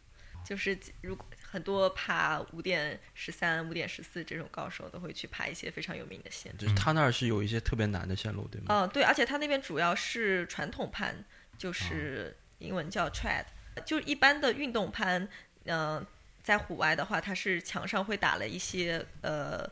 E: 就是如果很多爬五点十三、五点十四这种高手都会去爬一些非常有名的线。
C: 就是他那儿是有一些特别难的线路，对吗？
E: 嗯，对，而且它那边主要是传统攀，就是英文叫 trad，就是一般的运动攀，嗯、在户外的话，它是墙上会打了一些呃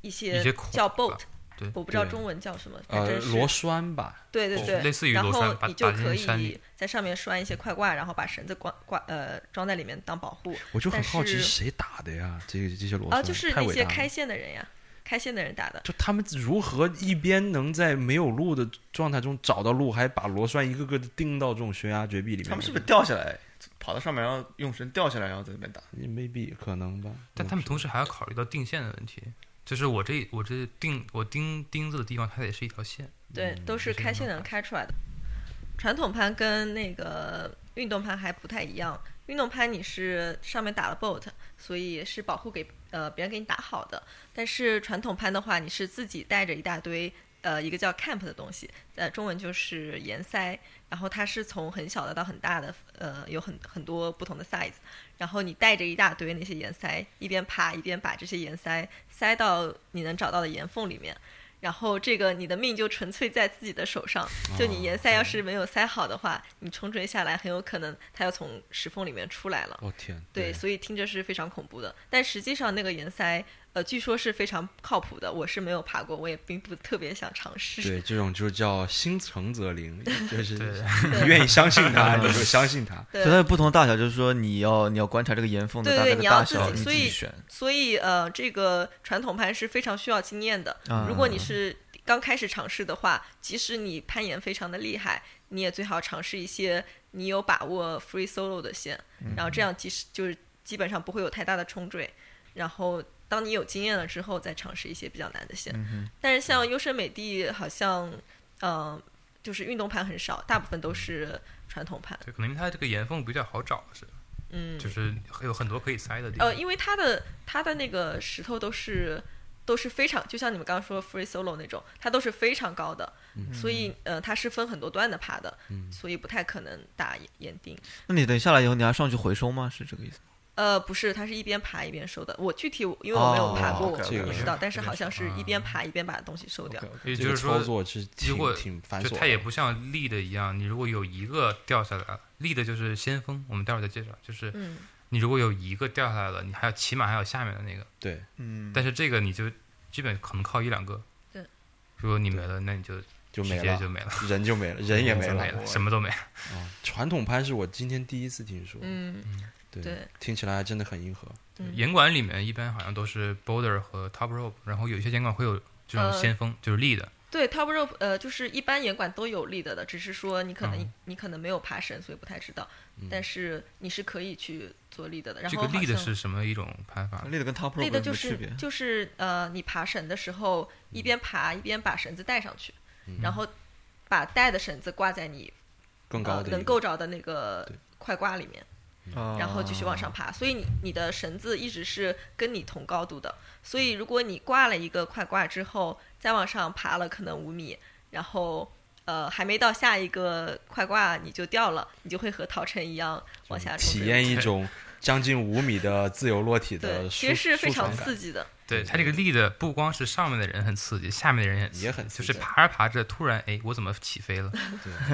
E: 一
B: 一
E: 些
B: 些孔
E: 叫
B: 吧
E: boat，
B: 对
E: 我不知道
C: 对
E: 中文叫什么，反
C: 呃
E: 正，是
C: 螺栓吧，
E: 对对
B: 哦
E: 对，
B: 类似于
E: 然
B: 螺
E: 后
B: 栓把
E: 你就
B: 打进
E: 可
B: 山
E: 以
B: 里
E: 在上面拴一些快挂，然后把绳子挂挂呃装在里面当保护
C: 我就很
E: 但
C: 好奇
E: 是
C: 谁打的呀？这个这些螺栓
E: 啊，就是
C: 太
E: 那
C: 伟
E: 些
C: 大了
E: 开线的人呀，开线的人打的。
C: 就他们如何一边能在没有路的状态中找到路，还把螺栓一个个的钉到这种悬崖绝壁里面？
D: 他们是不是掉下来，跑到上面，然后用绳吊下来，然后在那边打？
C: 也未必可能吧？
B: 但他们同时还要考虑到定线的问题，就是我这我这定我钉钉子的地方，它得是一条线。
E: 对，都是
B: 这个
E: 开
B: 没
E: 线
B: 办
E: 能
B: 法
E: 开出来的。传统盘跟那个运动盘还不太一样，运动盘你是上面打了 bolt，所以是保护给呃别人给你打好的，但是传统盘的话，你是自己带着一大堆。呃，一个叫 camp 的东西，呃，中文就是岩塞，然后它是从很小的到很大的，呃，有很很多不同的 size，然后你带着一大堆那些岩塞，一边爬一边把这些岩塞塞到你能找到的岩缝里面，然后这个你的命就纯粹在自己的手上，就你岩塞要是没有塞好的话，你冲坠下来很有可能它要从石缝里面出来了。
C: 我、哦、天，
E: 对，所以听着是非常恐怖的。但实际上那个岩塞，呃，据说是非常靠谱的。我是没有爬过，我也并不特别想尝试。
C: 对，这种就叫心诚
B: *laughs*
C: 则灵，就是
B: 对
C: 你愿意相信
B: *laughs*
C: 他，你就相信他。
E: 对啊
D: 所以它有不同的大小，就是说你要你要观察这个岩缝的
E: 对
D: 大概
E: 对
D: 的
E: 你要
D: 大
E: 自
D: 小，
E: 己
D: 你自
E: 所以
D: 己选。
E: 所以呃，这个传统攀是非常需要经验的。
D: 嗯
E: 如果你是刚开始尝试的话，即使你攀岩非常的厉害，你也最好尝试一些你有把握 free solo 的线，然后这样即使就是基本上不会有太大的冲坠。然后当你有经验了之后，再尝试一些比较难的线。但是像优胜美地好像，嗯、就是运动盘很少，大部分都是传统盘。
B: 对，可能因为它这个岩缝比较好找，是
E: 嗯，
B: 就是有很多可以塞的地方。
E: 呃，因为它的它的那个石头都是都是非常，就像你们刚刚说 free solo 那种，它都是非常高的，所以呃，它是分很多段的爬的，
D: 嗯
C: 嗯
E: 所以不太可能打岩岩钉。
D: 那你等下来以后，你还上去回收吗？是这个意思吗？
E: 呃，不是，它是一边爬一边收的。我具体我因为我没有爬过，
D: 哦
E: 我
C: 这
E: 我不
C: 个
E: 知道，但是好像是
B: 啊
E: 一边爬一边把东西收掉。
B: 也
C: 这
B: 就
C: 个
B: 是
C: 操
B: 说，
C: 作是挺
B: 如果
C: 挺繁
B: 就
C: 琐的，
B: 它也不像立的一样，你如果有一个掉下来了，立的就是先锋，我们待会儿再介绍。就是
E: 嗯，
B: 你如果有一个掉下来了，你还有起码还有下面的那个，
C: 对。
D: 嗯，
B: 但是这个你就基本可能靠一两个。
E: 对，
B: 如果你没了，那你就直
C: 就没
B: 接
C: 了，
B: 就没了，
C: *laughs* 人就没了，人也没
B: *laughs* 就
C: 了。
B: 没了，什么都没了。
C: 啊传统攀是我今天第一次听说，
E: 嗯，
C: 对，
E: 对
C: 听起来还真的很硬核。
E: 嗯
B: 岩馆里面一般好像都是 boulder 和 top rope，然后有一些岩馆会有这种
E: 呃
B: 先锋，就是立的。
E: 对，top rope，呃，就是一般岩馆都有立的的，只是说你可能、
B: 嗯
E: 你可能没有爬绳，所以不太知道，但是你是可以去做立的的。然
B: 这
E: 后
B: 个
E: 好
B: 立的
E: 像
B: 是什么一种攀法？
D: 立的跟 top rope
E: 立
D: 有
E: 的
D: 什
E: 就
D: 么区
E: 是
D: 别？
E: 就是呃，你爬绳的时候一边爬一边把绳子带上去，
C: 嗯
E: 然后把带的绳子挂在你
C: 更高
E: 呃
C: 的一个、
E: 能够着的那个
C: 对哦
E: 快挂里面，
D: 然
E: 然后继续往上爬。所以你你的绳子一直是跟你同高度的，所以如果你挂了一个快挂之后，再往上爬了可能五米，然后。呃，还没到下一个快挂你就掉了，你就会和陶晨一样往下冲
C: 体
E: 坠。
C: 验一种将近五米的自由落体的
E: 对，
C: 舒
E: 其实是非
C: 舒
E: 常
C: 爽感
E: 刺激的。
B: 对它这个立的不光是上面的人很刺激，下面的人也刺激
C: 也很刺
B: 就是
C: 激
B: 爬着爬着突然哎，我怎么起飞了？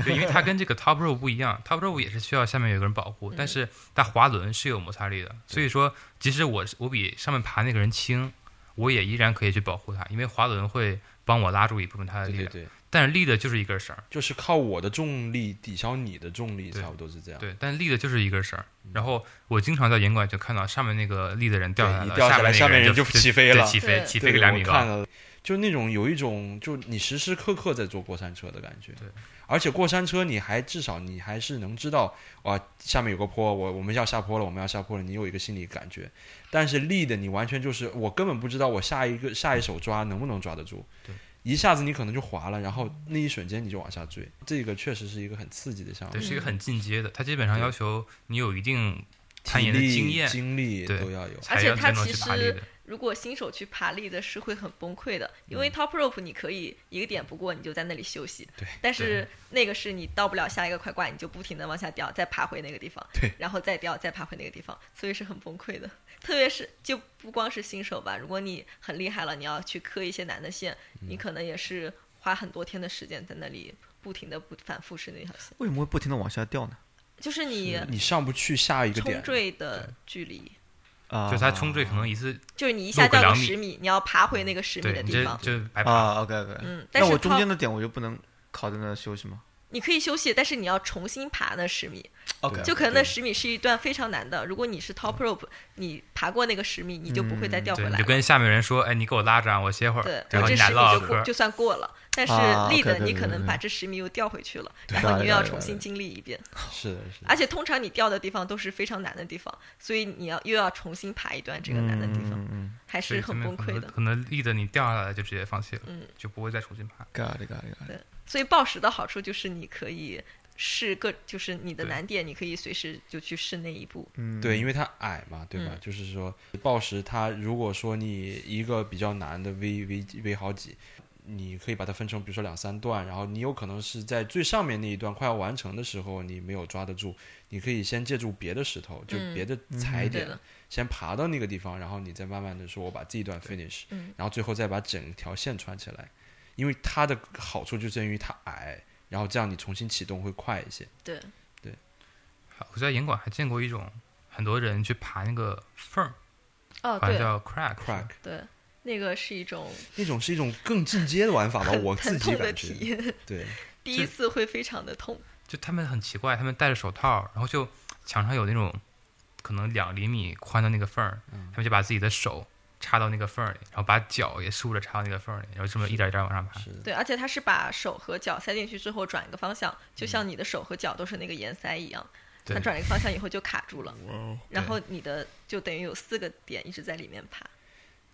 B: 对，因为它跟这个 top rope 不一样，top rope 也是需要下面有个人保护，但
C: 嗯
B: 是它滑轮是有摩擦力的，所以说即使我是我比上面爬那个人轻，我也依然可以去保护他，因为滑轮会帮我拉住一部分他的
C: 对
B: 力
C: 对
B: 量。
C: 对，
B: 但是立的就是一根绳儿，
C: 就是靠我的重力抵消你的重力，
B: 对
C: 差不多是这样。
B: 对，但立的就是一根绳儿。
C: 嗯
B: 然后我经常在岩馆就看到上面那个立的人掉下来
C: 对
B: 了，
C: 一掉下
B: 面
C: 来
B: 那个
C: 下面
B: 人
C: 人就起飞了
B: 对起飞
E: 对
B: 起
C: 对，
B: 飞个两米
C: 我
B: 高。
C: 看了，就那种有一种，就你时时刻刻在坐过山车的感觉。
B: 对，
C: 而且过山车你还至少你还是能知道，哇，下面有个坡，我我们要下坡了，我们要下坡了，你有一个心理感觉。但是立的你完全就是，我根本不知道我下一个下一手抓能不能抓得住。
B: 对。
C: 一下子你可能就滑了，然后那一瞬间你就往下坠，这个确实是一个很刺激的项目
B: 对，，是一个
E: 嗯
B: 很进阶的，它基本上要求你有一定攀
C: 体
B: 岩的
C: 力、
B: 经验，
C: 精力
B: 对
C: 都要有。
B: 才
E: 而且
B: 要
E: 它
B: 才能
E: 其
B: 去爬力
E: 实
B: 的。
E: 如果新手去爬立的是会很崩溃的，因为 top rope 你可以一个点不过你就在那里休息，
C: 对
E: 但是那个是你到不了下一个快挂，你就不停的往下掉，再爬回那个地方，
C: 对，
E: 然后再掉，再爬回那个地方，所以是很崩溃的。特别是就不光是新手吧，如果你很厉害了，你要去磕一些难的线，你可能也是花很多天的时间在那里不停的不反复试那条线，
D: 为什么会不停的往下掉呢？
E: 就是你
C: 你上不去下一个点
E: 冲，坠的距离。
D: 啊，
B: 就它冲坠可能一次
E: 就是你一下
B: 路过
E: 掉
B: 两
E: 个
B: 米
E: 十米，你要爬回那个十米
B: 对
E: 的
B: 你
E: 地
B: 这
E: 方。
B: 就白爬。
D: 啊，OK OK，
E: 嗯，但
D: 那
E: 是
D: 我中
E: 靠
D: 间的点我就不能卡在那休息吗
E: 你可以休息，但是你要重新爬那十米。
D: ？OK，
E: 就可能那
C: 对
E: 十米是一段非常难的。如果你是 top rope，你爬过那个十米，你就不会再掉回
B: 对，
E: 来
B: 你
E: 了。
B: 就跟下面人说，哎，你给我拉着啊，我歇会
E: 对
B: 儿，，然后
E: 这
B: 你俩
E: 十米
B: 唠
E: 就
B: 唠
E: 过
B: 嗑。
E: 就算过了，但是
D: 啊
E: 力的
D: ，OK，对
E: 你
D: 对
E: 可
D: 对
E: 能
D: 对
E: 把这十米又掉回去了，然
D: 对
E: 后你又
D: 对
E: 要
D: 对
E: 重
D: 对
E: 新经历一遍。
C: 是的，是的，
E: 而且通常你掉的地方都是非常难的地方，所以你要又要重新爬一段这个难的地方，
D: 嗯嗯
E: 还
B: 所以
E: 是很
B: 他
E: 崩
B: 们可
E: 溃
B: 能
E: 的。
B: 可能立的你掉下来就直接放弃了，
E: 嗯
B: 就不会再重新爬。
D: ，got it got it got it。
E: 所以暴食的好处就是你可以试各，就是你的
B: 对
E: 难点，你可以随时就去试那一步。
D: 嗯，
C: 对，因为它矮嘛，对吧？
E: 嗯
C: 就是说，暴食它如果说你一个比较难的 V V V 好几，你可以把它分成比如说两三段，然后你有可能是在最上面那一段快要完成的时候，你没有抓得住，你可以先借助别的石头，就
E: 嗯
C: 别的踩
D: 嗯
E: 对
C: 点，
E: 了，
C: 先爬到那个地方，然后你再慢慢的说，我把这一段 finish，
E: 嗯
C: 然后最后再把整条线穿起来，因为它的好处就在于它矮，然后这样你重新启动会快一些。
E: 对，
B: 我在严管还见过一种，很多人去爬那个缝儿，
E: 哦
B: 好像
E: 对
B: 叫 crack 是吧
C: Crack
E: 对，那个是一种
C: 那种是一种更进阶的玩法吧，
E: 很
C: 哦我自
E: 疼
C: 己
E: 痛的
C: 感
E: 体
C: 觉，
E: 验。 *laughs*
C: 对。
E: 第一次会非常的痛，
B: 就他们很奇怪，他们戴着手套，然后就墙上有那种可能两厘米宽的那个缝儿，
C: 嗯
B: 他们就把自己的手插到那个缝儿里，然后把脚也竖着插到那个缝儿里，然后这么一点一点往上爬。
C: 是的，
E: 对，而且它是把手和脚塞进去之后转一个方向，就像你的手和脚都是那个沿塞一样，
B: 对
E: 它转了一个方向以后就卡住了，然
B: 对
E: 后你的就等于有四个点一直在里面爬，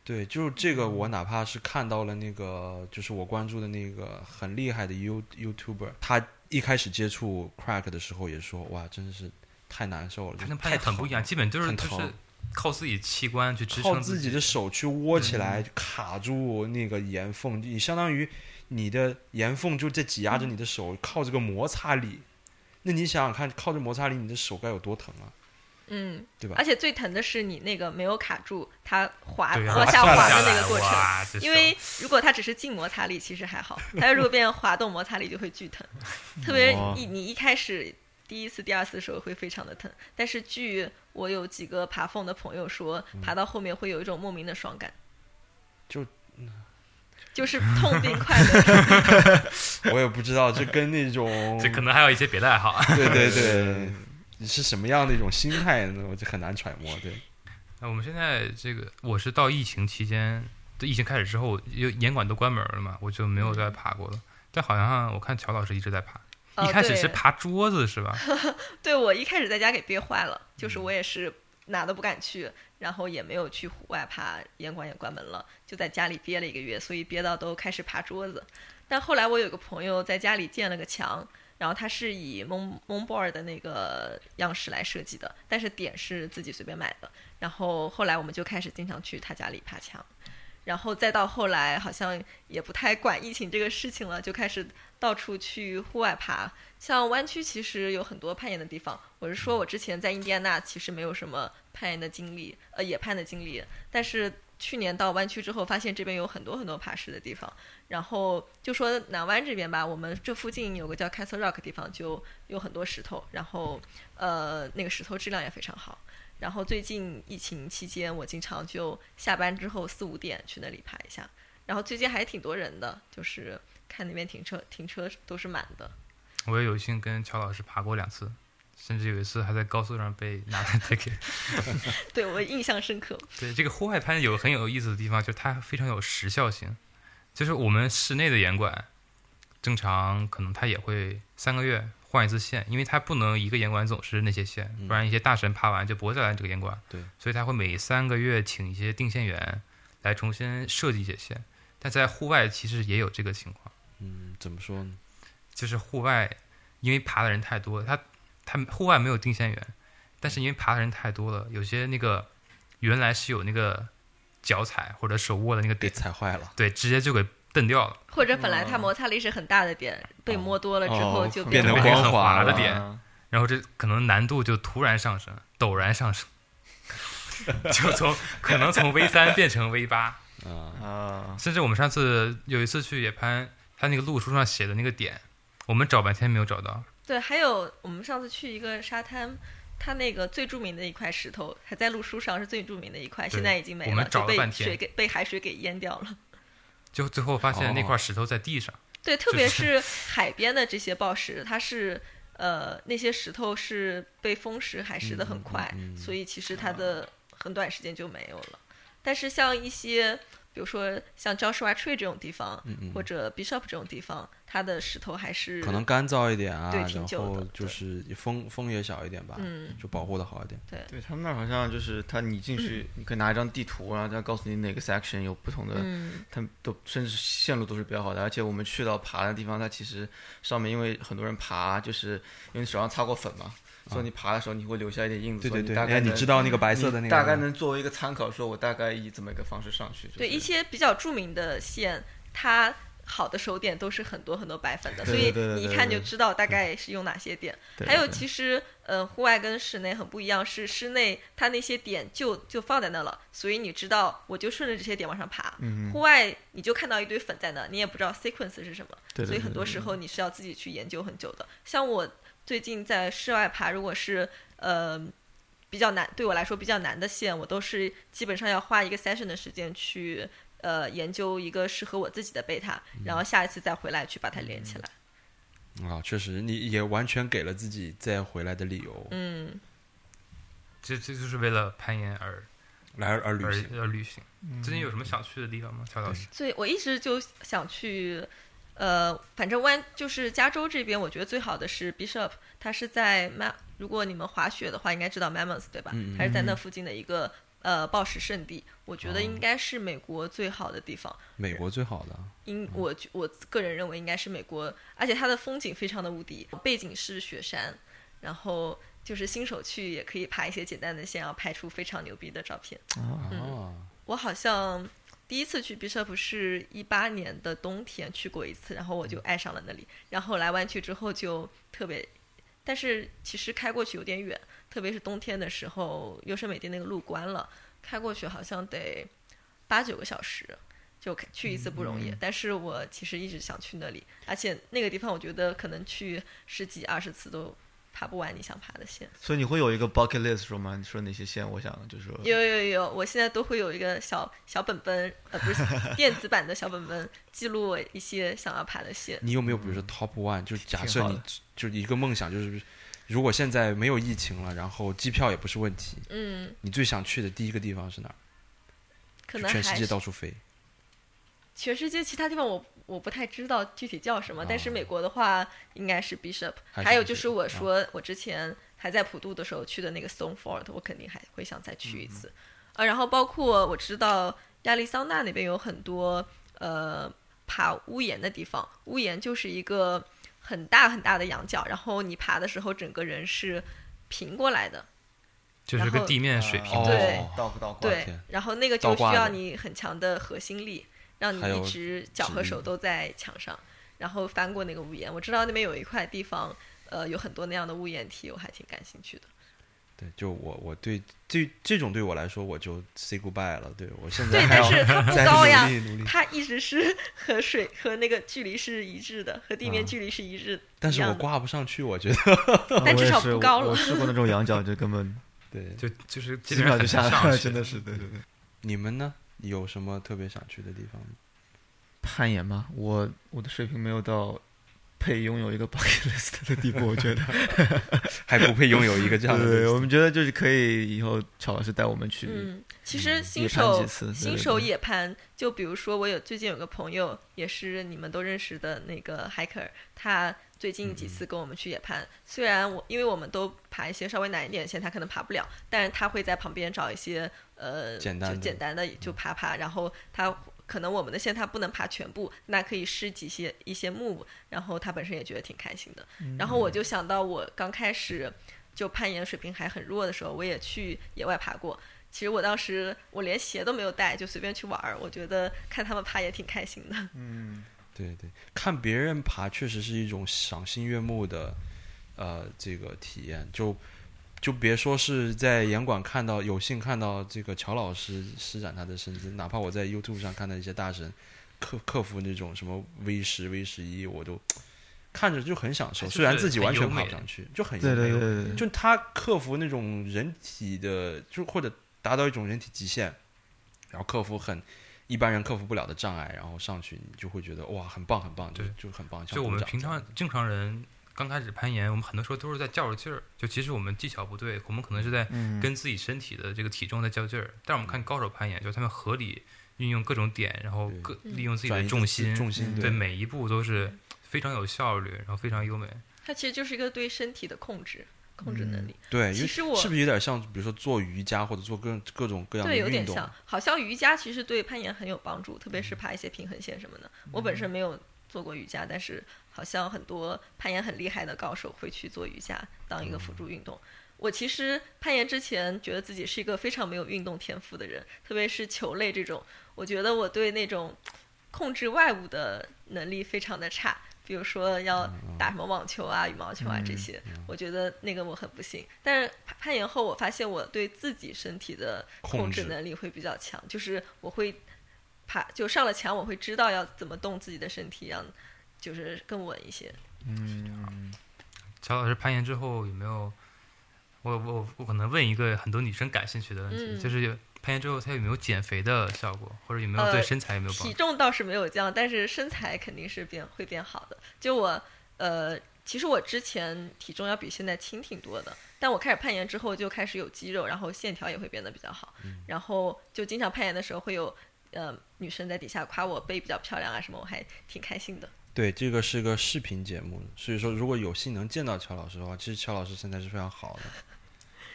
C: 对，就是这个，我哪怕是看到了那个，就是我关注的那个很厉害的 You YouTuber，他一开始接触 crack 的时候也说，哇，真的是太难受了，
B: 他
C: 就
B: 跟攀
C: 太
B: 岩很不一样，
C: 疼
B: 基本就是
C: 很
B: 就
C: 疼
B: 是靠自己器官去支
C: 靠
B: 撑
C: 自己
B: 己
C: 的。手去窝起来，卡住那个岩缝，你相当于你的岩缝就在挤压
E: 嗯
C: 着你的手，靠这个摩擦力。那你想想看，靠着摩擦力，你的手该有多疼啊，
E: 嗯，
C: 对吧
E: 而？且最疼的是你那个没有卡住，它滑
B: 对呀，
E: 往
B: 然后
E: 下
B: 算
E: 滑
B: 下
E: 的那
B: 来
E: 个过程。
B: 哇这
E: 因
B: 手
E: 为如果它只是静摩擦力，其实还好；它如果变成滑动摩擦力，就会巨疼。特别
D: 哦
E: 一你一开始第一次、第二次的时候会非常的疼，但是据我有几个爬缝的朋友说，爬到后面会有一种莫名的爽感，
C: 就
E: 就是痛并快乐。
C: 我也不知道， *laughs* 这跟那种
B: 这可能还有一些别的爱好。 *laughs*
C: 对对对， *laughs* 你是什么样的一种心态呢？我就很难揣摩。对，
B: 那我们现在这个，我是到疫情期间，这疫情开始之后，因为严管都关门了嘛，我就没有再爬过了。但好像我看乔老师一直在爬，
E: 嗯哦
B: 一开始是
E: 对
B: 爬桌子是吧？
E: 对我一开始在家给憋坏了，就是我也是哪都不敢去，然后也没有去户外爬，严管也关门了，就在家里憋了一个月，所以憋到都开始爬桌子。但后来我有个朋友在家里建了个墙，然后它是以蒙蒙博尔的那个样式来设计的，但是点是自己随便买的。然后后来我们就开始经常去他家里爬墙，然后再到后来好像也不太管疫情这个事情了，就开始到处去户外爬。像湾区其实有很多攀岩的地方，我是说我之前在印第安纳其实没有什么攀岩的经历，呃，野攀的经历，但是。去年到湾区之后，发现这边有很多很多爬石的地方，然后就说南湾这边吧，我们这附近有个叫 Castle Rock 的地方，就有很多石头，然后呃，那个石头质量也非常好。然后最近疫情期间，我经常就下班之后四五点去那里爬一下。然后最近还挺多人的，就是看那边停车停车都是满的。
B: 我也有幸跟乔老师爬过两次，甚至有一次还在高速上被拿了 ticket。
E: 对我印象深刻。
B: *laughs* 对，这个户外攀有很有意思的地方，就是它非常有时效性。就是我们室内的岩馆，正常可能它也会三个月换一次线，因为它不能一个岩馆总是那些线，不然一些大神爬完就不会再来这个岩馆。
C: 对，
B: 所以它会每三个月请一些定线员来重新设计一些线。但在户外其实也有这个情况。
C: 嗯，怎么说呢？
B: 就是户外，因为爬的人太多，他他户外没有定线员，但是因为爬的人太多了，有些那个原来是有那个脚踩或者手握的那个
C: 被
B: 点，
C: 踩坏了，
B: 对，直接就给蹬掉了，
E: 或者本来它摩擦力是很大的点，被摸多了之后
D: 哦
E: 就
C: 变
E: 成
C: 得
B: 变
E: 了
B: 成很
C: 光滑
B: 滑
C: 了
B: 的点，
D: 啊
B: 然后这可能难度就突然上升，陡然上
C: *laughs*
B: 升，就从可能从 V 三变成 V 八，
C: 啊、
D: 啊，
B: 甚至我们上次有一次去野攀，它那个路书上写的那个点，我们找半天没有找到，
E: 对，还有我们上次去一个沙滩，它那个最著名的一块石头，还在路书上是最著名的一块，
B: 对
E: 现在已经没
B: 我们
E: 了，
B: 找
E: 就
B: 了
E: 被
B: 半天
E: 水给被海水给淹掉了。
B: 就最后发
C: 哦
B: 现那块石头在地上，
E: 对，特
B: 就
E: 别
B: 是
E: 是海边的这些暴石，它是呃那些石头是被风蚀海蚀的很快，
C: 嗯嗯嗯
E: 所以其实它的很短时间就没有了。但是像一些比如说像 Joshua Tree 这种地方，
C: 嗯嗯
E: 或者 Bishop 这种地方，它的石头还是
C: 可能干燥一点啊，
E: 对
C: 然
E: 挺久的
C: 后就是风风也小一点吧，
E: 嗯
C: 就保护的好一点。
D: 对他们那儿好像就是他，你进去，你可以拿一张地图，然后他告诉你哪个 section 有不同的，
E: 嗯
D: 他们都甚至线路都是比较好的。而且我们去到爬的地方，它其实上面因为很多人爬，就是因为你手上擦过粉嘛，所以你爬的时候你会留下一点印子，
C: 啊对
D: 所
C: 对
D: 以你
C: 对，
D: 大
C: 哎
D: 概
C: 你
D: 能
C: 知道那个白色的那个，
D: 你大概能作为一个参考，说我大概以怎么一个方式上去。就是
E: 对一些比较著名的线，它好的手点都是很多很多白粉的，所
D: 对
E: 以
D: 对对对
E: 你一
D: 对
E: 看
D: 对
E: 就知道大概是用哪些点。
D: 对
E: 还有
D: 对
E: 其实，呃，户外跟室内很不一样，是室内它那些点就就放在那了，所以你知道，我就顺着这些点往上爬。
D: 嗯
E: 户外你就看到一堆粉在那，你也不知道 sequence 是什么，
D: 对对
E: 所以
D: 对
E: 很
D: 对
E: 多时候你是要自己去研究很久的。像我最近在室外爬，如果是呃比较难，对我来说比较难的线，我都是基本上要花一个 session 的时间去呃研究一个适合我自己的贝塔，
D: 嗯
E: 然后下一次再回来去把它连起来。
C: 啊，确实，你也完全给了自己再回来的理由，
E: 嗯，
B: 这这就是为了攀岩而
C: 来而而旅
B: 而
C: 行。
B: 而旅行。最近有什么想去的地方吗？乔老师，
E: 所以我一直就想去。呃，反正湾就是加州这边，我觉得最好的是 Bishop，它是在曼，如果你们滑雪的话，应该知道 Mammoth 对吧？
C: 嗯嗯哦
E: 它是在那附近的一个呃暴石圣地，我觉得应该是美国最好的地方。
C: 美国最好的，
E: 应我觉我个人认为应该是美国，而且它的风景非常的无敌，背景是雪山，然后就是新手去也可以爬一些简单的线，然后拍出非常牛逼的照片。
C: 哦，
E: 我好像第一次去 Bishop 是一八年的冬天去过一次，然后我就爱上了那里，然后来湾区之后就特别，但是其实开过去有点远，特别是冬天的时候，优胜美地那个路关了，开过去好像得八九个小时。就去一次不容易，但是我其实一直想去那里，而且那个地方我觉得可能去十几二十次都爬不完你想爬的线。
D: 所以你会有一个 bucket list 说吗？你说哪些线？我想就是说，
E: 有有有，我现在都会有一个小小本本，呃，
C: *laughs*
E: 不是电子版的小本本，记录我一些想要爬的线。
C: 你有没有比如说 top one？就是假
D: 挺
C: 设
D: 好
C: 你
D: 的
C: 就一个梦想，就是如果现在没有疫情了，然后机票也不是问题，
E: 嗯，
C: 你最想去的第一个地方是哪儿？
E: 可
C: 就
E: 能还
C: 全世界
E: 是
C: 到处飞，
E: 全世界其他地方我我不太知道具体叫什么，但是美国的话应该是 Bishop，
C: 哦还是
E: 还有就
C: Bishop，嗯
E: 是我说我之前还在普渡的时候去的那个 Stoneford，我肯定还会想再
C: 嗯
E: 去一次。呃，然后包括我知道亚利桑那那边有很多呃爬屋檐的地方，屋檐就是一个很大很大的羊角，然后你爬的时候整个人是平过来的，
B: 就是
E: 然
B: 跟
E: 后
B: 地面水平
C: 哦
B: 的，
E: 对
D: 倒呃不倒挂？
E: 对
C: 天，
E: 然后那个
C: 倒
E: 就需
C: 挂
E: 要
C: 的
E: 你很强的核心力，让你
C: 还有
E: 一直脚和
C: 指
E: 手
C: 力
E: 都在墙上，然后翻过那个屋檐。我知道那边有一块地方，呃，有很多那样的屋檐梯，我还挺感兴趣的。
C: 对，就我我对这这种对我来说我就 say goodbye 了。对我现在
E: 对，
C: 还
E: 但
C: 要
E: 是它不
C: 再
E: 高呀
C: 努，力努力，
E: 它一直是 *laughs* 和水和那个距离是一致的，和地
C: 嗯
E: 面距离是一致
C: 但
E: 一
C: 是
E: 样
C: 我
E: 的。
C: 挂不上去，我觉得。
E: *laughs* 但
D: 我
E: 至
D: 也
E: 少
D: 是
E: 不高
D: 我
E: 了
D: 我试过那种羊角，就根本
C: 对，
B: 就就是基
D: 几
B: 本
D: 秒
B: 上
D: 就
B: 很
D: 下
B: 难
D: 来
B: 上
D: 了，
B: 去，
D: 真的是对对对。
C: 你们呢？有什么特别想去的地方吗？
D: 攀岩吗？我我的水平没有到配拥有一个 bucket list 的地步，我觉得。
C: 还不配拥有一个这
D: *laughs* 对
C: 样的
D: 对
C: list
D: *laughs* 对，我们觉得就是可以以后乔老师带我们去。
E: 嗯，其实新
D: 也攀
E: 手
D: 几次对
E: 新
D: 对
E: 手
D: 对
E: 野攀，就比如说我有最近有个朋友，也是你们都认识的那个 hiker，他最近几
D: 嗯
E: 次跟我们去野攀，虽然我因为我们都爬一些稍微难一点的线，他可能爬不了，但是他会在旁边找一些呃
C: 简单的嗯
E: 就简单的就爬爬，然后他。可能我们的线他不能爬全部，那可以试几些一些 move，然后他本身也觉得挺开心的。
C: 嗯
E: 然后我就想到我刚开始就攀岩水平还很弱的时候，我也去野外爬过，其实我当时我连鞋都没有带，就随便去玩儿。我觉得看他们爬也挺开心的。
D: 嗯，
C: 对对，看别人爬确实是一种赏心悦目的，呃，这个体验。就就别说是在岩馆看到有幸看到这个乔老师施展他的身姿，哪怕我在 YouTube 上看到一些大神克克服那种什么 V 十、V 十一，我都看着就很享受，
B: 它哎就是
C: 虽然自己完全
B: 很优
C: 爬
B: 美
C: 不上去，就很优
D: 对
C: 美
D: 对对对对，
C: 就他克服那种人体的，就或者达到一种人体极限，然后克服很一般人克服不了的障碍，然后上去，你就会觉得哇，很棒，很棒，就
B: 对
C: 就很棒。像
B: 就我们
C: 鼓掌
B: 平
C: 这样
B: 常正常人刚开始攀岩，我们很多时候都是在较着劲儿，就其实我们技巧不对，我们可能是在
D: 嗯，
B: 跟自己身体的这个体重在较劲儿。但我们看高手攀岩，就是他们合理运用各种点，然后
C: 对
B: 各
E: 嗯
B: 利用自己
C: 转移
B: 的
C: 自
B: 重心，
C: 重心
D: 嗯
B: 对每一步都是非常有效率，然后非常优美。
E: *laughs* 它其实就是一个对身体的控制，控制能力。
C: 对，
E: 其
C: 因为
E: 实我
C: 是不是有点像，比如说做瑜伽或者做各各种各样的
E: 对，有
C: 运
E: 点
C: 动？嗯
E: 像，好像瑜伽其实对攀岩很有帮助，特别是爬一些平衡线什么的。我本身没有做过瑜伽，但是好像很多攀岩很厉害的高手会去做瑜伽当一个辅
C: 嗯
E: 助运动。我其实攀岩之前觉得自己是一个非常没有运动天赋的人，特别是球类这种，我觉得我对那种控制外物的能力非常的差。比如说要
C: 嗯
E: 打什么网球啊、羽毛球啊这些，我觉得那个我很不行。但是攀攀岩后，我发现我对自己身体的控
C: 控
E: 制
C: 制
E: 能力会比较强，就是我会爬，就上了墙，我会知道要怎么动自己的身体，让就是更稳一些。
D: 嗯，
B: 乔老师攀岩之后有没有？我我我可能问一个很多女生感兴趣的问题，
E: 嗯
B: 就是有攀岩之后它有没有减肥的效果，或者有没有
E: 呃
B: 对身材有没有帮
E: 体
B: 助？
E: 重倒是没有降，但是身材肯定是变会变好的。就我呃，其实我之前体重要比现在轻挺多的，但我开始攀岩之后就开始有肌肉，然后线条也会变得比较好，然后就经常攀岩的时候会有。呃，女生在底下夸我背比较漂亮啊什么，我还挺开心的。
C: 对，这个是个视频节目，所以说如果有幸能见到乔老师的话，其实乔老师身材是非常好的。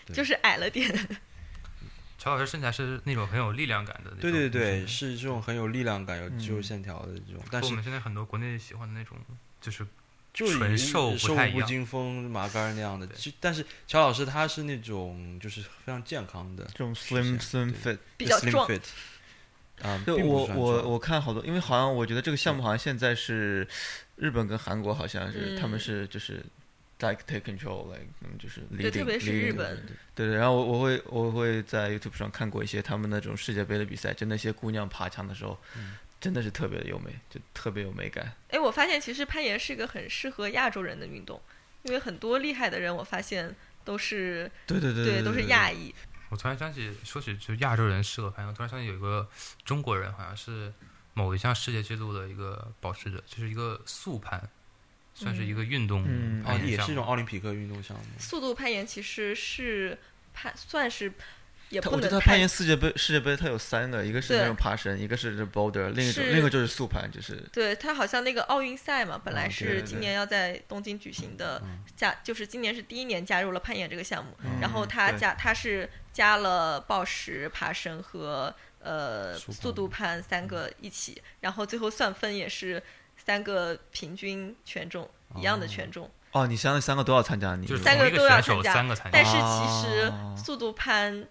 C: 对
E: 就是矮了点，
B: 乔老师身材是那种很有力量感的那种
C: 对对
B: 女生
C: 对，是这种很有力量感、有肌肉
D: 嗯
C: 线条的这种，但
B: 和我
C: 是
B: 们现在很多国内喜欢的那种，就是
C: 就是
B: 纯
C: 与
B: 瘦不
C: 瘦
B: 太
C: 骨
B: 一样
C: 经风麻杆儿那样的。
B: 对
C: 其但是乔老师他是那种就是非常健康的，
D: 这种
C: 是
D: slim
C: 这样
D: slim
C: 对
D: fit，
E: 比较
C: slim
E: 壮
C: fit，啊，
D: 对
C: 并不
D: 我
C: 算
D: 我
C: 壮
D: 我看好多，因为好像我觉得这个项目好像现在是日本跟韩国好像是、他
E: 嗯
D: 们是就是 like take control，like 他们就是 leading，
E: 对，特别是
D: leading
E: 日
D: 的
E: 本，
D: 对对，然后我我会我会在 YouTube 上看过一些他们那种世界杯的比赛，就那些姑娘爬墙的时候，真的是特别的优美，就特别有美感。
E: 哎，我发现其实攀岩是一个很适合亚洲人的运动，因为很多厉害的人，我发现都是
D: 对对对对，
E: 都是亚裔。
B: 我突然想起，说起就亚洲人适合攀岩，我突然想起有一个中国人，好像是某一项世界纪录的一个保持者，就是一个速攀，算是一个运动
D: 嗯
C: 哦
B: 攀，岩
C: 也
B: 项
C: 是一
B: 目。
C: 种奥林匹克运动项目。
E: 速度攀岩其实是攀算是也
D: 他
E: 不
D: 我觉
E: 能
D: 得他攀岩世界杯世界杯，他有三个，一个是
E: 对
D: 那种爬绳，一个是这 boulder，另一种
E: 是
D: 另一个就是速攀，就是
E: 对他好像那个奥运赛嘛，本
C: 啊
E: 来
C: 对
D: 对
E: 是
D: 对
E: 今年要在东京举行的加，就是今年是第一年加入了攀岩这个项目，
D: 嗯
E: 然后他
D: 对
E: 加他是加了抱石、爬绳和呃
C: 速
E: 速度攀三个一起，然后最后算分也是三个平均权重一样的权重，
D: 哦，你想想三个都要参加，你
B: 就是
E: 三
B: 同
E: 个
B: 一个
E: 都要
B: 选手
E: 参加
B: 三个参
E: 但
B: 加，
E: 是其实
D: 哦
E: 速度攀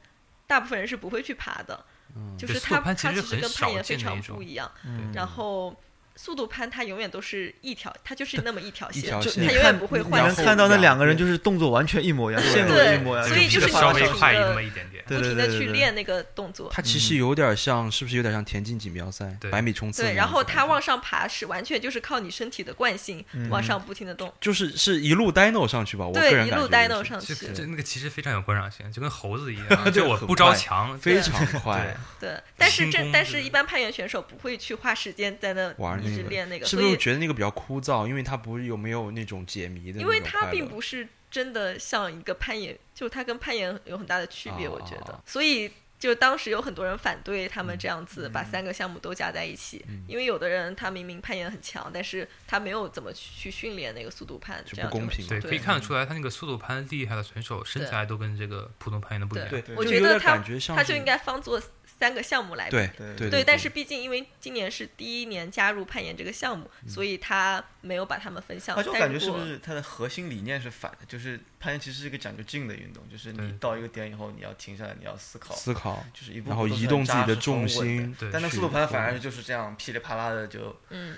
E: 大部分人是不会去爬的，
C: 嗯
E: 就
B: 对
E: 是
B: 速度
E: 它它
B: 攀其
E: 其
B: 实
E: 实
B: 很
E: 跟
B: 少
E: 攀岩非
B: 见的
E: 常
B: 一
E: 不
B: 种
E: 一样，
D: 嗯
E: 然后。速度攀它永远都是一条，它就是那么一条
C: 一
E: 线，
C: 条
D: 就
C: 线
D: 你
E: 他永
D: 看
E: 远不会
D: 你
E: 换
D: 能
E: 线
D: 看到那
C: 两
D: 两个人
C: 边
D: 就是动作完全一模一样，
C: 对
D: 线路一
E: 对
D: 模一样，
E: 所以就
D: 就
E: 是是
B: 稍
E: 你
B: 微
E: 要
B: 快
E: 一个
B: 那么一
E: *laughs*
B: 点点。
D: 对
E: 不
D: 对
E: 停
D: 对
E: 的
D: 对
E: 去
D: 对
E: 练那个动作。
C: 它其实有点像，是不是有点像田径锦标赛、
B: 对
C: 百米冲刺那种
E: 对，
C: 感觉？
E: 然后它往上爬是完全就是靠你身体的惯性往上不停的动，
C: 就是是一路 dino 上去吧，我个
E: 对，
C: 人
E: 一
C: 感
E: 路
C: 觉
E: dino
C: 就是
E: 上去
B: 就。就那个其实非常有观赏性，就跟猴子一
E: *laughs*
B: 样，就我不着墙，
C: 非常快
B: 对。
E: 对，但是
B: 轻
E: 这
B: 功
E: 但
B: 之
E: 是
B: 类
E: 一般攀岩选手不会去花时间在那
C: 玩那
E: 一直
C: 个
E: 练那个，
C: 是
E: 所
C: 不是
E: 以
C: 觉得那个比较枯燥？因为它不是有没有那种解谜的那种
E: 因
C: 快乐？
E: 为它并不是真的像一个攀岩，就它跟攀岩有很大的区别，
C: 啊
E: 我觉得，所以。就当时有很多人反对他
C: 嗯
E: 们这样子把三个项目都加在一起，因为有的人他明明攀岩很强，但是他没有怎么去训练那个速度攀，
C: 就
E: 这样
C: 不公
E: 就
C: 平嘛
B: 对，
E: 对嗯
B: 可以看得出来，他那个速度攀厉害的选手身材都跟这个普通攀岩的不一样。
C: 对，
D: 对
E: 我
C: 就
E: 觉
C: 有
E: 得
C: 点
E: 他
C: 感觉像
E: 他
C: 是
E: 就应该方做三个项目来比。
C: 对
D: 对
C: 对
E: 对但是毕竟因为今年是第一年加入攀岩这个项目，
C: 嗯
E: 所以他没有把他们分项。
D: 而且我
E: 但
D: 感觉
E: 如
D: 是不
E: 果
D: 是它的核心理念是反的？就是攀岩其实是一个讲究静的运动，就是你
B: 对
D: 到一个点以后，你要停下来，你要思考，
C: 思考，
D: 就是一步
C: 然
D: 步
C: 后
D: 都是
C: 移
D: 很
C: 动自己
D: 扎
C: 的
D: 实
C: 重。
D: 很稳的
C: 心。
B: 对
D: 但那
C: 去
D: 速度攀反
C: 控
D: 而就是这样噼里啪啦的，就
E: 嗯，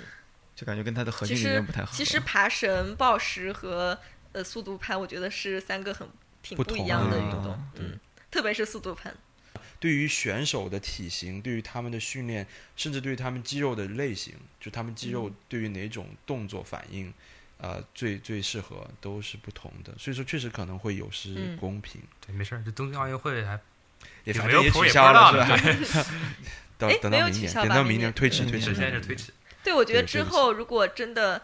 D: 就感觉跟它的核
E: 其
D: 心理念
E: 实
D: 不太合。
E: 其实爬绳、抱石和呃速度攀，我觉得是三个很挺
C: 不
E: 不一
C: 同
E: 样
C: 的
E: 的
C: 运
E: 运
D: 动
E: 动。嗯，特别是速度攀，
C: 对于选手的体型，对于他们的训练，
E: 嗯
C: 甚至对于他们肌肉的类型，就他们肌肉对于哪种动作反应，呃最最适合都是不同的，所以说确实可能会有失
E: 嗯
C: 公平，
B: 对，没事儿，这东京奥运会还
C: 也
B: 有
C: 反
B: 没
C: 正
B: 有
C: 也
B: 谱也不
C: 取
B: 知
C: 消
B: 道
C: 了，
B: 呢，
C: 是吧？
B: 对，
C: 等
E: 哎
C: 等
E: 没
C: 到
E: 有
C: 明
E: 取
C: 年，
E: 消
C: 等
E: 吧
C: 到
E: 明
C: 明年
E: 年嗯
C: 推迟
D: 对
C: 推迟，
B: 现在是推迟。
E: 对，我觉得
C: 对
E: 之
C: 对
E: 后如果真的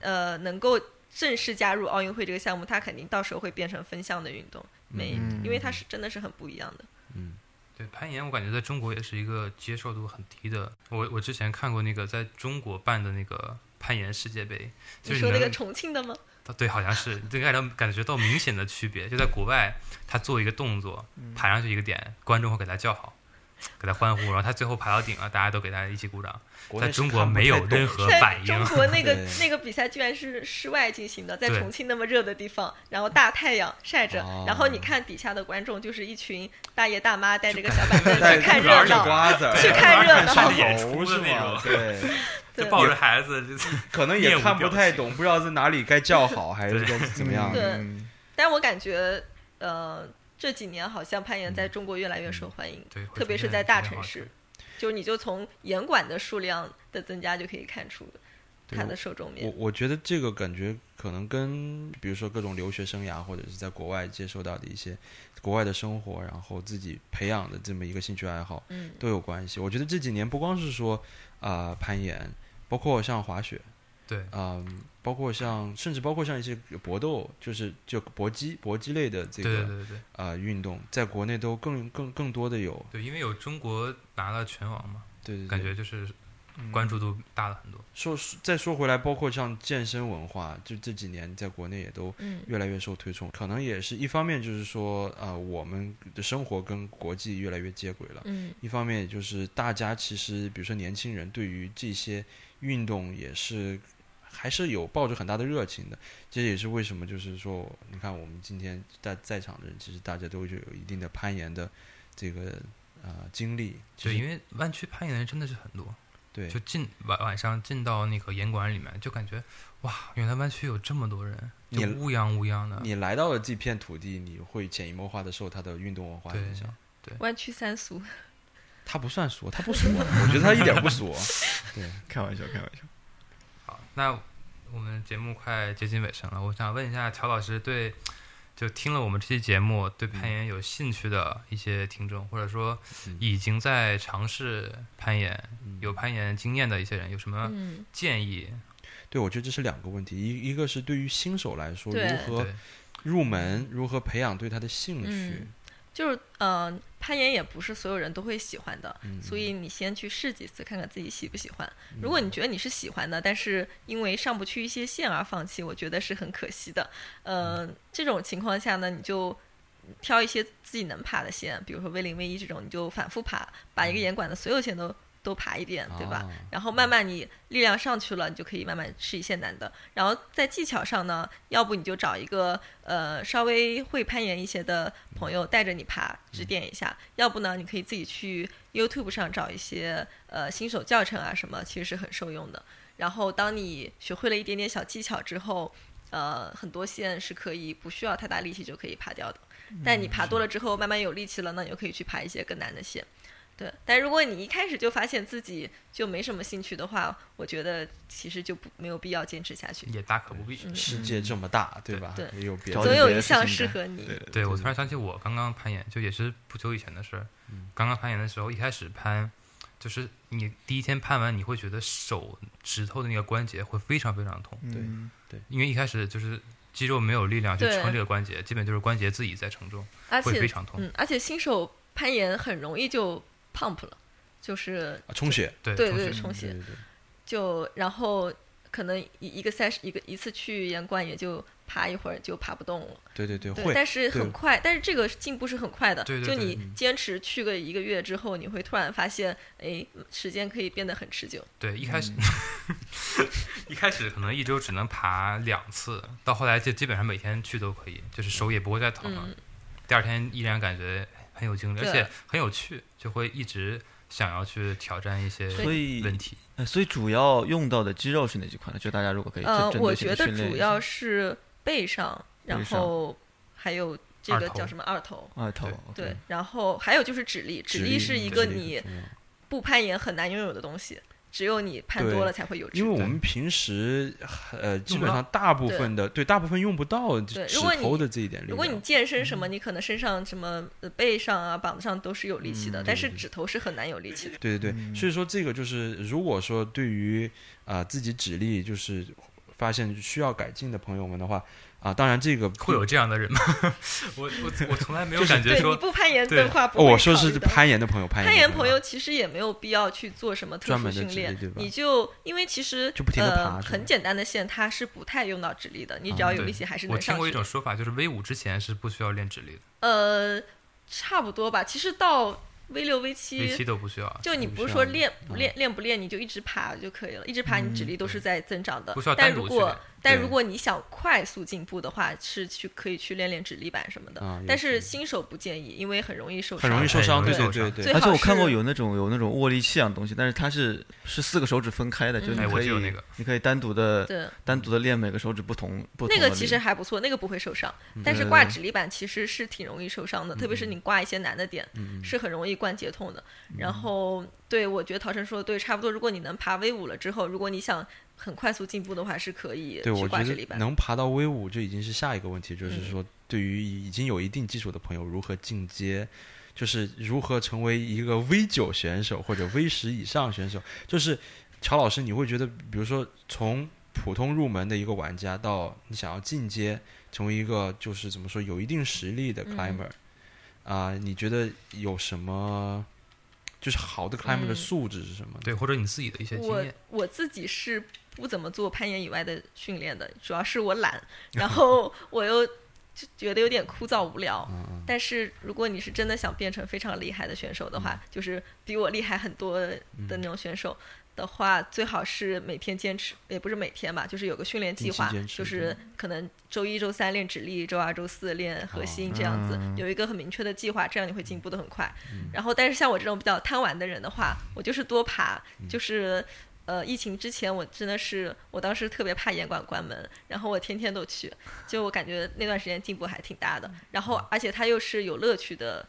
E: 呃能够正式加入奥运会这个项目，它肯定到时候会变成分项的运动，每、
D: 嗯
E: 因为它是真的是很不一样的。
C: 嗯
B: 对攀岩，我感觉在中国也是一个接受度很低的。我我之前看过那个在中国办的那个攀岩世界杯，就
E: 你
B: 是
E: 说那
B: 能
E: 个重庆的吗？
B: 对，好像是，这个能感觉到明显的区别。就在国外，他做一个动作，
E: 嗯
B: 爬上去一个点，观众会给他叫好，给他欢呼，然后他最后爬到顶了，大家都给他一起鼓掌。
C: 国
B: 在
C: 内是
B: 中国
C: 看不
B: 没
C: 太
B: 有
C: 懂
B: 任何
E: 在
B: 反
E: 中
B: 应， *laughs*
E: 国那个
C: 对
E: 那个比赛居然是室外进行的，在
B: 对
E: 重庆那么热的地方，然后大太阳晒着，
C: 哦
E: 然后你看底下的观众就是一群大爷大妈带着个小板凳去看
B: 着
E: 热
B: 嗑
E: 闹，
C: 瓜子儿
E: 去看热
C: *laughs*
E: 闹
B: 看演出
C: 是
B: 的那
C: 吗
B: 种
C: 对，
E: 对
B: 就抱着孩子，就
C: 可能也看不太懂，不知道在哪里该叫好还是该怎么样。
E: 对
D: 嗯
E: 但我感觉，呃，这几年好像攀岩在中国越来越受欢迎，
B: 对，会
E: 特别
B: 出
E: 是
B: 现
E: 在大
B: 这样
E: 城
B: 的
E: 市，就你就从岩馆的数量的增加就可以看出它的受众
C: 我
E: 面。
C: 我觉得这个感觉可能跟比如说各种留学生涯，或者是在国外接受到的一些国外的生活，然后自己培养的这么一个兴趣爱好
E: 嗯，
C: 都有关系。我觉得这几年不光是说啊、呃攀岩，包括像滑雪，
B: 对
C: 啊、包括像甚至包括像一些搏斗，就是就搏击搏击类的这
B: 对对
C: 个
B: 对对对
C: 啊、呃运动，在国内都更更更多的有，
B: 对，因为有中国拿了拳王嘛，
C: 对对对，
B: 感觉就是
D: 嗯
B: 关注度大了很多。
C: 说再说回来，包括像健身文化，就这几年在国内也都
E: 嗯
C: 越来越受推崇。可能也是一方面，就是说啊、呃我们的生活跟国际越来越接轨了；
E: 嗯
C: 一方面，也就是大家其实，比如说年轻人对于这些运动也是还是有抱着很大的热情的。这也是为什么，就是说，你看我们今天在在场的人，其实大家都有一定的攀岩的这个呃经历。其
B: 对，
C: 实
B: 因为湾区攀岩的人真的是很多，
C: 对
B: 就进晚晚上进到那个岩馆里面，就感觉哇，原来湾区有这么多人，就
C: 你
B: 乌泱乌泱的。
C: 你来到了这片土地，你会潜移默化的受它的运动文化影响。
E: 湾区三俗，
C: 它不算俗，它不俗，啊我觉得它一点不俗。啊
D: 开玩笑，开玩笑。
B: 好，那我们节目快接近尾声了，我想问一下乔老师对，就听了我们这期节目对攀岩有兴趣的一些听众，或者说
C: 嗯
B: 已经在尝试攀岩、
C: 嗯
B: 有攀岩经验的一些人，有什么
E: 嗯，
B: 建议？
C: 对，我觉得这是两个问题，一一个是对于新手来说，
E: 对
C: 如何
B: 对
C: 入门，如何培养对它的兴趣
E: 嗯，就是呃，攀岩也不是所有人都会喜欢的，
C: 嗯
E: 所以你先去试几次，看看自己喜不喜欢。如果你觉得你是喜欢的，但是因为上不去一些线而放弃，我觉得是很可惜的。呃，这种情况下呢，你就挑一些自己能爬的线，比如说 V 零 V 一这种，你就反复爬，把一个岩管的所有线都都爬一遍，对吧？
C: 啊
E: 然后慢慢你力量上去了，你就可以慢慢试一些难的。然后在技巧上呢，要不你就找一个呃稍微会攀岩一些的朋友带着你爬，指点一下；要不呢，你可以自己去 YouTube 上找一些呃新手教程啊什么，其实是很受用的。然后当你学会了一点点小技巧之后，呃，很多线是可以不需要太大力气就可以爬掉的。但你爬多了之后，慢慢有力气了，那你就可以去爬一些更难的线。对，但如果你一开始就发现自己就没什么兴趣的话，我觉得其实就不没有必要坚持下去。
B: 也大可不必。
E: 嗯
C: 世界这么大，对
B: 对
C: 吧
E: 对？
C: 也有别
D: 找
E: 总
D: 点
C: 的。
E: 有
D: 别
E: 一
D: 的
E: 项
D: 事
E: 适
D: 情
E: 合你。
D: 对
B: 对我突然想起我刚刚攀岩，就也是不久以前的事儿。
C: 嗯
B: 刚刚攀岩的时候，一开始攀，就是你第一天攀完，你会觉得手指头的那个关节会非常非常痛，
D: 对嗯
B: 因为一开始就是肌肉没有力量去
E: 对
B: 撑这个关节，基本就是关节自己在承重，
E: 而
B: 会
E: 且
B: 非常痛。
E: 嗯，而且新手攀岩很容易就 pump 了，就是
C: 啊充血，
B: 对
E: 对
B: 同
E: 对
B: 学
E: 充
C: 对
E: 血，
C: 对对，
E: 就然后可能一一个 session 一个一次去岩馆也就爬一会儿就爬不动了。
C: 对对对，
E: 对，
C: 会
E: 但是
C: 对
E: 很快，但是这个进步是很快的。
B: 对对
E: 就
B: 对
E: 你坚持去个一个月之后，你会突然发现，哎，时间可以变得很持久。
B: 对，一开始、 *laughs* 一开始可能一周只能爬两次，到后来就基本上每天去都可以，就是手也不会再疼了。
E: 嗯
B: 第二天依然感觉很有精力，
E: 对
B: 而且很有趣，就会一直想要去挑战一些
D: 所以
B: 问题。
D: 呃所以主要用到的肌肉是哪几块呢？就大家如果可以
E: 呃
D: 针，针
E: 我
D: 对性
E: 觉得
D: 的训练
E: 主
D: 一下，
E: 要是背上，然
D: 背上
E: 后还有这
B: 二
E: 个
B: 头
E: 叫什么二头，
D: 啊，头
B: 对
E: 对，然后还有就是指力，指力是一个
C: 指力
E: 你
C: 很重要
E: 不攀岩很难拥有的东西。只有你攀多了才会有翅
C: 因为
E: 膀。
C: 我们平时呃基
B: 用不
C: 本
B: 到
C: 上大部分的对大部分用不到指
E: 如果你
C: 头的这一点力
E: 如果你
C: 量。
E: 健身
C: 嗯
E: 什么，你可能身上什么呃背上啊、膀子上都是有力
C: 嗯
E: 气的，但是指头是很难有力
C: *laughs*
E: 气的。
C: 对对对，所以说这个就是，如果说对于啊、自己指力就是发现需要改进的朋友们的话啊、当然这个
B: 会有这样的人吗？ *laughs* 我我我从来没有感觉
E: 对，你
B: 说，
E: 不攀岩
B: 对
E: 的话，不
C: 哦，
E: 会
C: 我说
E: 考虑
C: 是
E: 到
C: 攀岩的朋友，攀
E: 攀
C: 岩
E: 岩
C: 的朋
E: 朋友其实也没有必要去做什么特
C: 专
E: 殊
C: 门的
E: 训
C: 指
E: 练
C: 力对吧，
E: 你就因为其实
C: 就不停地爬
E: 呃
C: 是吧啊
E: 很简单的线它是不太用到指力的，你只要有
B: 对
E: 力气还是
B: 我
E: 能
B: 听
E: 上
B: 过一
E: 去
B: 种
E: 的。
B: 说法，就是 V 五之前是不需要练指力的
E: 呃，差不多吧。其实到 V 六 V
B: ，V 七
E: 七。
B: 都不需要，
E: 就你不是说练不练练不练，你就一直爬就可以了，一直爬你指力都是在增长的
B: 不需要。
E: 但
B: 单独
E: 如
B: 去练
E: 果。但
C: 对
E: 如果你想快速进步的话，是去可以去练练指力板什么的。
C: 啊有
E: 但是新手不建议，因为很容易受
C: 很
E: 伤。
C: 容易受
B: 很
C: 伤，
B: 容易
C: 对对
B: 受
C: 对
B: 伤
C: 对
E: 最
D: 而且
E: 好
D: 我看过
E: 是
D: 有那种有那种握力器样的东西，但是它是是四个手指分开的，就
E: 嗯
D: 你
B: 哎我
D: 可
B: 就有
D: 以
B: 那个
D: 你可以单独的
E: 对，
D: 单独的练每个手指不同不同
E: 那
D: 的力。
E: 个其实还不错，那个不会受伤。但是挂指力板其实是挺容易受伤的，特别是你挂一些难的点，是很容易关节痛的。然后，对我觉得陶晨说的对，差不多。如果你能爬 V 五了之后，如果你想很快速进步的话，是可以
C: 对，
E: 去
C: 我
E: 挂
C: 觉
E: 指力
C: 得
E: 板。
C: 能爬到 V 五就已经是下一个问题，就是
E: 嗯
C: 说对于已经有一定基础的朋友，如何进阶，就是如何成为一个 V 九选手或者 V 十以上选手。就是乔老师，你会觉得，比如说从普通入门的一个玩家到你想要进阶成为一个就是怎么说有一定实力的
E: 嗯
C: climber 啊、你觉得有什么？就是好的 climber 的
E: 嗯
C: 素质是什么？
B: 对，或者你自己的一些经
E: 我
B: 验，
E: 我自己是不怎么做攀岩以外的训练的，主要是我懒，然后我又就觉得有点枯燥无聊。但是如果你是真的想变成非常厉害的选手的话，就是比我厉害很多的那种选手。的话，最好是每天坚持，也不是每天吧，就是有个训练计划
C: 定期坚，持
E: 就是可能周一周三练指力，周二周四练核心，这样子、有一个很明确的计划，这样你会进步的很快。然后，但是像我这种比较贪玩的人的话，我就是多爬，就是。呃，疫情之前我真的是，我当时特别怕严管关门，然后我天天都去，就我感觉那段时间进步还挺大的。然后，而且它又是有乐趣的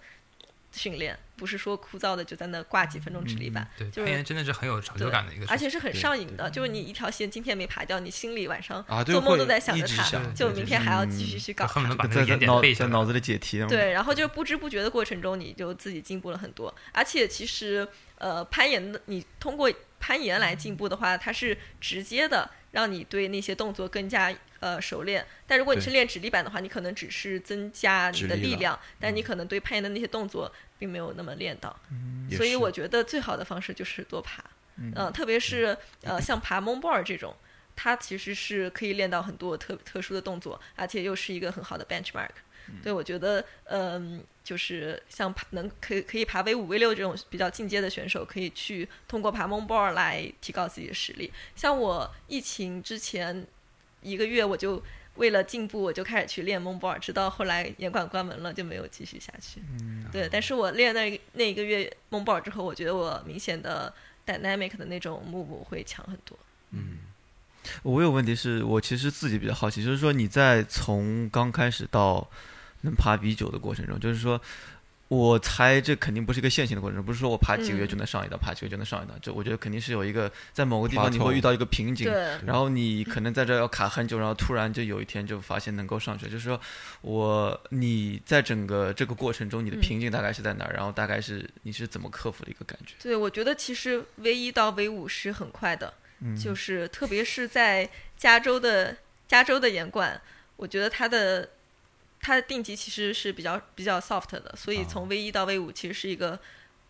E: 训练，不是说枯燥的就在那挂几分钟指力板，
B: 对，
E: 就
B: 攀岩
E: 是
B: 真的是很有成就感的一个
E: 而
B: 事情。
E: 且是很上瘾的，就是你一条线今天没爬掉，你心里晚上
C: 啊对
E: 做梦
C: 会
E: 都在想
C: 一
E: 着
C: 直
E: 它，
C: 想
E: 就
C: 对嗯
E: 明天还要继续去搞
B: 就恨不
E: 它
B: 得。把那
D: 在
B: 个
D: 在
B: 岩
D: 脑
B: 点背下
D: 在
B: 来。
D: 脑子里解题。，
E: 对，然后就是不知不觉的过程中，你就自己进步了很多。而且其实，呃，攀岩的你通过攀岩来进步的话，它是直接的让你对那些动作更加呃熟练。但如果你
C: 对
E: 是练指力板的话，你可能只是增加你
C: 指
E: 的
C: 力
E: 力
C: 了嗯
E: 量，但你可能对攀岩的那些动作并没有那么练到。
C: 也
E: 所以
C: 是
E: 我觉得最好的方式就是多爬，
D: 嗯
E: 呃特别是呃像爬 m o n b o a r 这种，它其实是可以练到很多特特殊的动作，而且又是一个很好的 benchmark。对，我觉得，嗯、就是像爬能可以可以爬 V 五、V 六这种比较进阶的选手，可以去通过爬 m o n b o a r 来提高自己的实力。像我疫情之前一个月，我就为了进步，我就开始去练 m o n b o a r 直到后来严管关门了，就没有继续下去。对，但是我练那那一个月梦宝之后，我觉得我明显的 dynamic 的那种 move 会强很多。
D: 我有问题是我其实自己比较好奇，就是说你在从刚开始到能爬 B 九的过程中，就是说。我猜这肯定不是一个线性的过程，不是说我爬几个月
E: 嗯
D: 就能上一档，爬几个月就能上一档。这我觉得肯定是有一个在某个地方你
C: Plateau
D: 会遇到一个瓶颈，
E: 对，嗯
D: 然后你可能在这儿要卡很久，然后突然就有一天就发现能够上去，就是说我你在整个这个过程中，你的
E: 嗯
D: 瓶颈大概是在哪儿，然后大概是你是怎么克服的一个感觉？
E: 对，我觉得其实 V 一到 V 五是很快的，就是特别是在加州的加州的严管，我觉得它的它的定级其实是比较比较 soft 的，所以从 V 一到 V 五其实是一个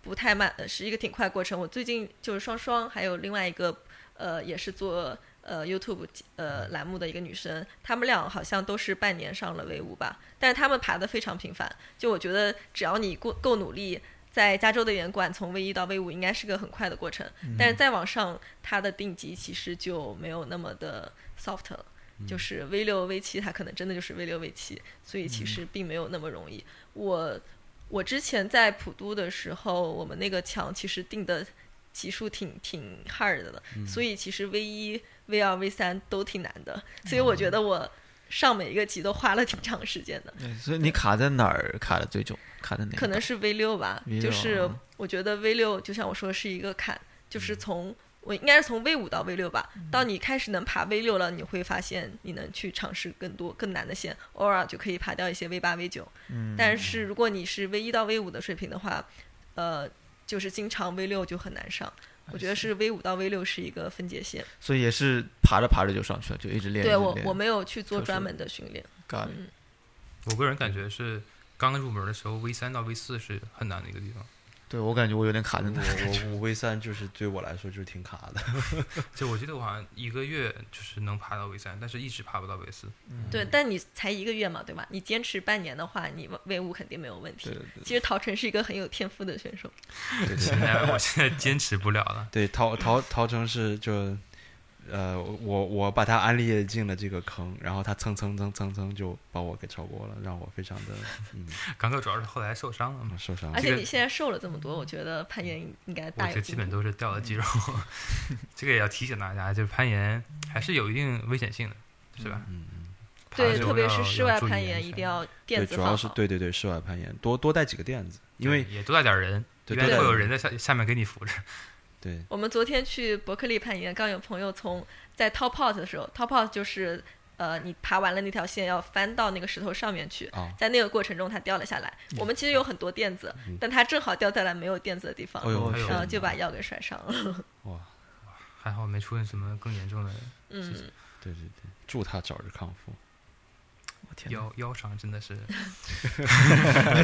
E: 不太慢，呃是一个挺快的过程。我最近就是双双，还有另外一个呃也是做呃 YouTube 呃栏目的一个女生，她们俩好像都是半年上了 V 五吧，但是她们爬的非常频繁。就我觉得只要你够够努力。在加州的严管，从 V 一到 V 五应该是个很快的过程，但是再往上，它的定级其实就没有那么的 soft 了。就是 V 六 V 七，它可能真的就是 V 六 V 七，所以其实并没有那么容易。我我之前在普都的时候，我们那个墙其实定的级数挺挺 hard 的，所以其实 V 一、V 二、V 三都挺难的。所以我觉得我上每一个级都花了挺长时间的，
D: 哎所以你卡在哪儿卡的最久？卡在哪？
E: 可能是 V 六吧
D: V6，
E: 就是
D: 啊
E: 嗯我觉得 V 六就像我说是一个坎，就是从。我应该是从 V 五到 V 六吧。当你开始能爬 V 六了，你会发现你能去尝试更多更难的线，偶尔就可以爬掉一些 V 八、V 九。
D: 嗯，
E: 但是如果你是 V 一到 V 五的水平的话，呃，就是经常 V 六就很难上。我觉得啊是 V 五到 V 六是一个分界线。
D: 所以也是爬着爬着就上去了，就一直练。
E: 对
D: 一直
E: 我
D: 练
E: 我没有去做
D: 就是
E: 专门的训练。
D: Got it
B: 我个人感觉是刚入门的时候，V 三到 V 四是很难的一个地方。
D: 对我感觉我有点卡在那。
C: 我我五 V 三就是对我来说就是挺卡
E: *laughs*
C: 的，
B: 就我记得我好像一个月就是能爬到 V 三，但是一直爬不到 V 四。
E: 对，但你才一个月嘛，对吧？你坚持半年的话，你 V 五肯定没有问题
D: 对。对对，
E: 其实陶晨是一个很有天赋的选手，
B: 现在我现在坚持不了了。 *laughs*
C: 对，陶陶陶成是就，呃，我我把他安利进了这个坑，然后他蹭蹭蹭蹭蹭就把我给超过了，让我非常的嗯
B: 刚哥主要是后来受伤了嘛，
C: 受伤
E: 而。且
B: 这个嗯
E: 你现在瘦了这么多，我觉得攀岩应该
B: 我
E: 大有
B: 这基
E: 进
B: 本
E: 步。
B: 都是掉了肌肉。 *laughs* 这个也要提醒大家，就是攀岩还是有一定危险性的，是吧？
C: 嗯，
B: 爬的
E: 对，
B: 时
E: 特
B: 候
E: 别
B: 要
E: 是室外攀
B: 要
E: 岩，
B: 注意
E: 一
B: 安
E: 定
B: 全
E: 要垫
C: 对，
E: 子
C: 主要
E: 放好。
C: 是对对对，室外攀岩多多带几个垫子，因为
B: 对也多带点人，一
C: 对
B: 般
C: 多带
B: 会有
C: 点
B: 人在下下面给你扶着。
C: 对
E: 我们昨天去伯克利攀岩，刚有朋友从在 top out 的时候，top out 就是呃，你爬完了那条线要翻到那个石头上面去，
C: 啊，
E: 在那个过程中他掉了下来。
B: 嗯
E: 我们其实有很多垫子，但他正好掉在了没有垫子的地方，
C: 哎呦，
D: 哦
B: 还有
E: 然后就把腰给摔伤了。
C: 哇，
B: 还好没出现什么更严重的
E: 嗯，
C: 对对对，祝他早日康复。
D: 我
C: 嗯
D: 天哪，
B: 腰腰伤，真的是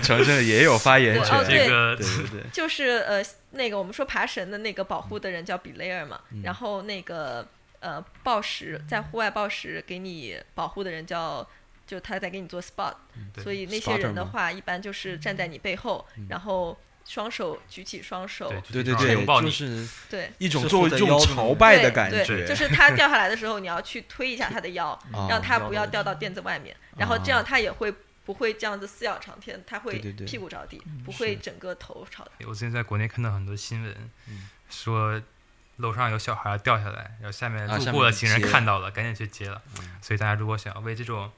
C: 程程也有发言
E: 对哦
C: 权，
B: 这个
C: 对对对，
E: 就是呃，那个我们说爬绳的那个保护的人叫比雷尔嘛，
C: 嗯
E: 然后那个呃暴食在户外暴食给你保护的人叫。就他在给你做 spot，
B: 对
E: 所以那些
C: 嗯
E: 人
C: spotter 嗯
E: 的
C: 吗
E: 话，一般就是站在你背后，然后双手举起双手，
C: 对对
B: 就是
C: 对，
B: 拥抱
C: 就
B: 你，
C: 是
E: 对
C: 一种
D: 是
C: 做
D: 负
C: 一
D: 责
C: 种
D: 腰的
C: 朝
D: 那个
C: 拜的感
E: 对
C: 觉，
E: 对，就是他掉下来的时候，你要去推一下他的
C: *laughs*
E: 腰，
C: 啊
E: 让他不
D: 腰
E: 要
D: 的
E: 掉到垫子外面，然后这样他也会不会这样子四脚朝天，他会
C: 对对对嗯
E: 屁股着地，不会整个头朝地。
B: 我之前在国内看到很多新闻，
C: 嗯
B: 说楼上有小孩掉下来，然后下面路
C: 啊下面
B: 过的行人
C: 接嗯
B: 看到了，赶紧去接了。所以大家如果想要为这种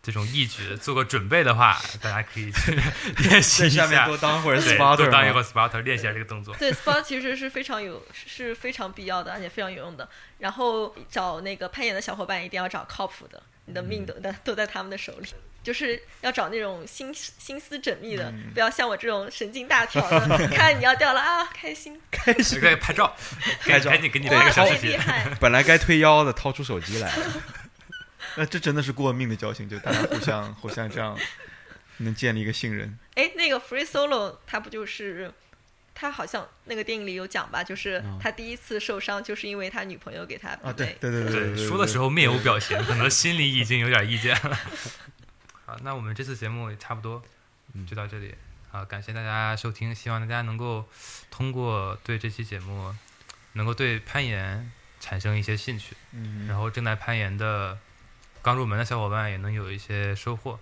B: 这种义举做个准备的话，大家可以去
C: *laughs*
B: 练习
C: *laughs* 在
B: 一
C: 下面
B: 下
C: 多，当会儿
B: 对，
C: spotter，
B: 多当一
C: 嘛
B: 会儿 spotter 练习一下这个动
C: *laughs*
B: 作。
E: 对 spot 其实是非常有是非常必要的，而且非常有用的。然后找那个攀岩的小伙伴一定要找靠谱的，你的命都都都在他们的手里。就是要找那种心心思缜密的，不要像我这种神经大条的。 *laughs* 看你要掉了啊，开心，
B: 你可以拍照，
C: 拍照
B: 赶紧给你
E: 哇
B: 拍个，小视
E: 谁
B: 频
E: 厉。害？
C: 本来该推腰的掏出手机来了，
D: 那这真的是过命的交情，就大家互相互相这样能建立一个信任。
E: 哎，那个 Free Solo 他不就是他好像那个电影里有讲吧，就是他第一次受伤就是因为他女朋友给他
D: 啊，
E: 避雷
D: 对对对对
B: 对，
D: 对，
B: 说的时
D: 候
B: 候面无表情，可能心里已经有点意见了。 *laughs* 好，那我们这次节目也差不多就到这里啊，感谢大家收听，希望大家能够通过对这期节目，能够对攀岩产生一些兴趣，
D: 嗯，
B: 然后正在攀岩的刚入门的小伙伴也能有一些收获。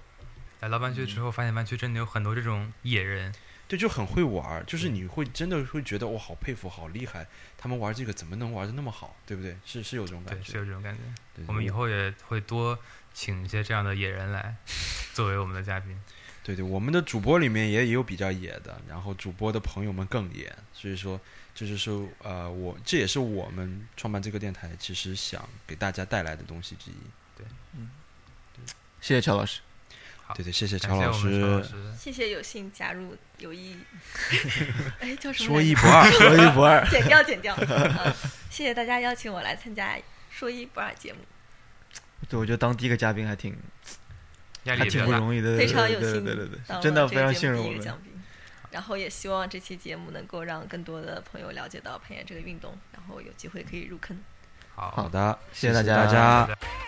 B: 来到湾区之后，发现湾区真的有很多这种野人，
C: 对，就很会玩儿，
B: 嗯
C: 就是你会真的会觉得哇，好佩服，好厉害，他们玩这个怎么能玩的那么好，对不对？是是有这种感
B: 对，是
C: 觉。
B: 有这种感觉。
C: 对
B: 我们以后也会多请一些这样的野人来作为我们的嘉宾。
C: 对对，我们的主播里面也也有比较野的，然后主播的朋友们更野，所以说这就是呃，我这也是我们创办这个电台其实想给大家带来的东西之一。
D: 谢谢乔老师，
B: 好
C: 对对，谢谢
B: 感
C: 乔
B: 谢
C: 老
B: 我们
C: 师，
B: 曹老师。
E: 谢谢有幸加入有意，哎叫什么？
C: 说一不二，
D: *laughs* 说一不
E: *laughs*
D: 二，
E: 剪掉，剪掉。嗯谢谢大家邀请我来参加《说一不二》节目，
D: 对我觉得当第一个嘉宾还挺
B: 压力
D: 还
B: 也比
D: 挺
B: 较
D: 不
B: 大。
D: 容易的，
E: 非常有
D: 对对
E: 幸
D: 对对对
E: 当
D: 对，真的
E: 这
D: 非
E: 个
D: 常
E: 节
D: 信
E: 目
D: 任
E: 第
D: 我
E: 一个
D: 们
E: 嘉。宾。然后也希望这期节目能够让更多的朋友了解到攀岩这个运动，然后有机会可以入坑。
B: 好
C: 好的，谢
D: 谢谢大
C: 大
D: 家
C: 家。
B: 大家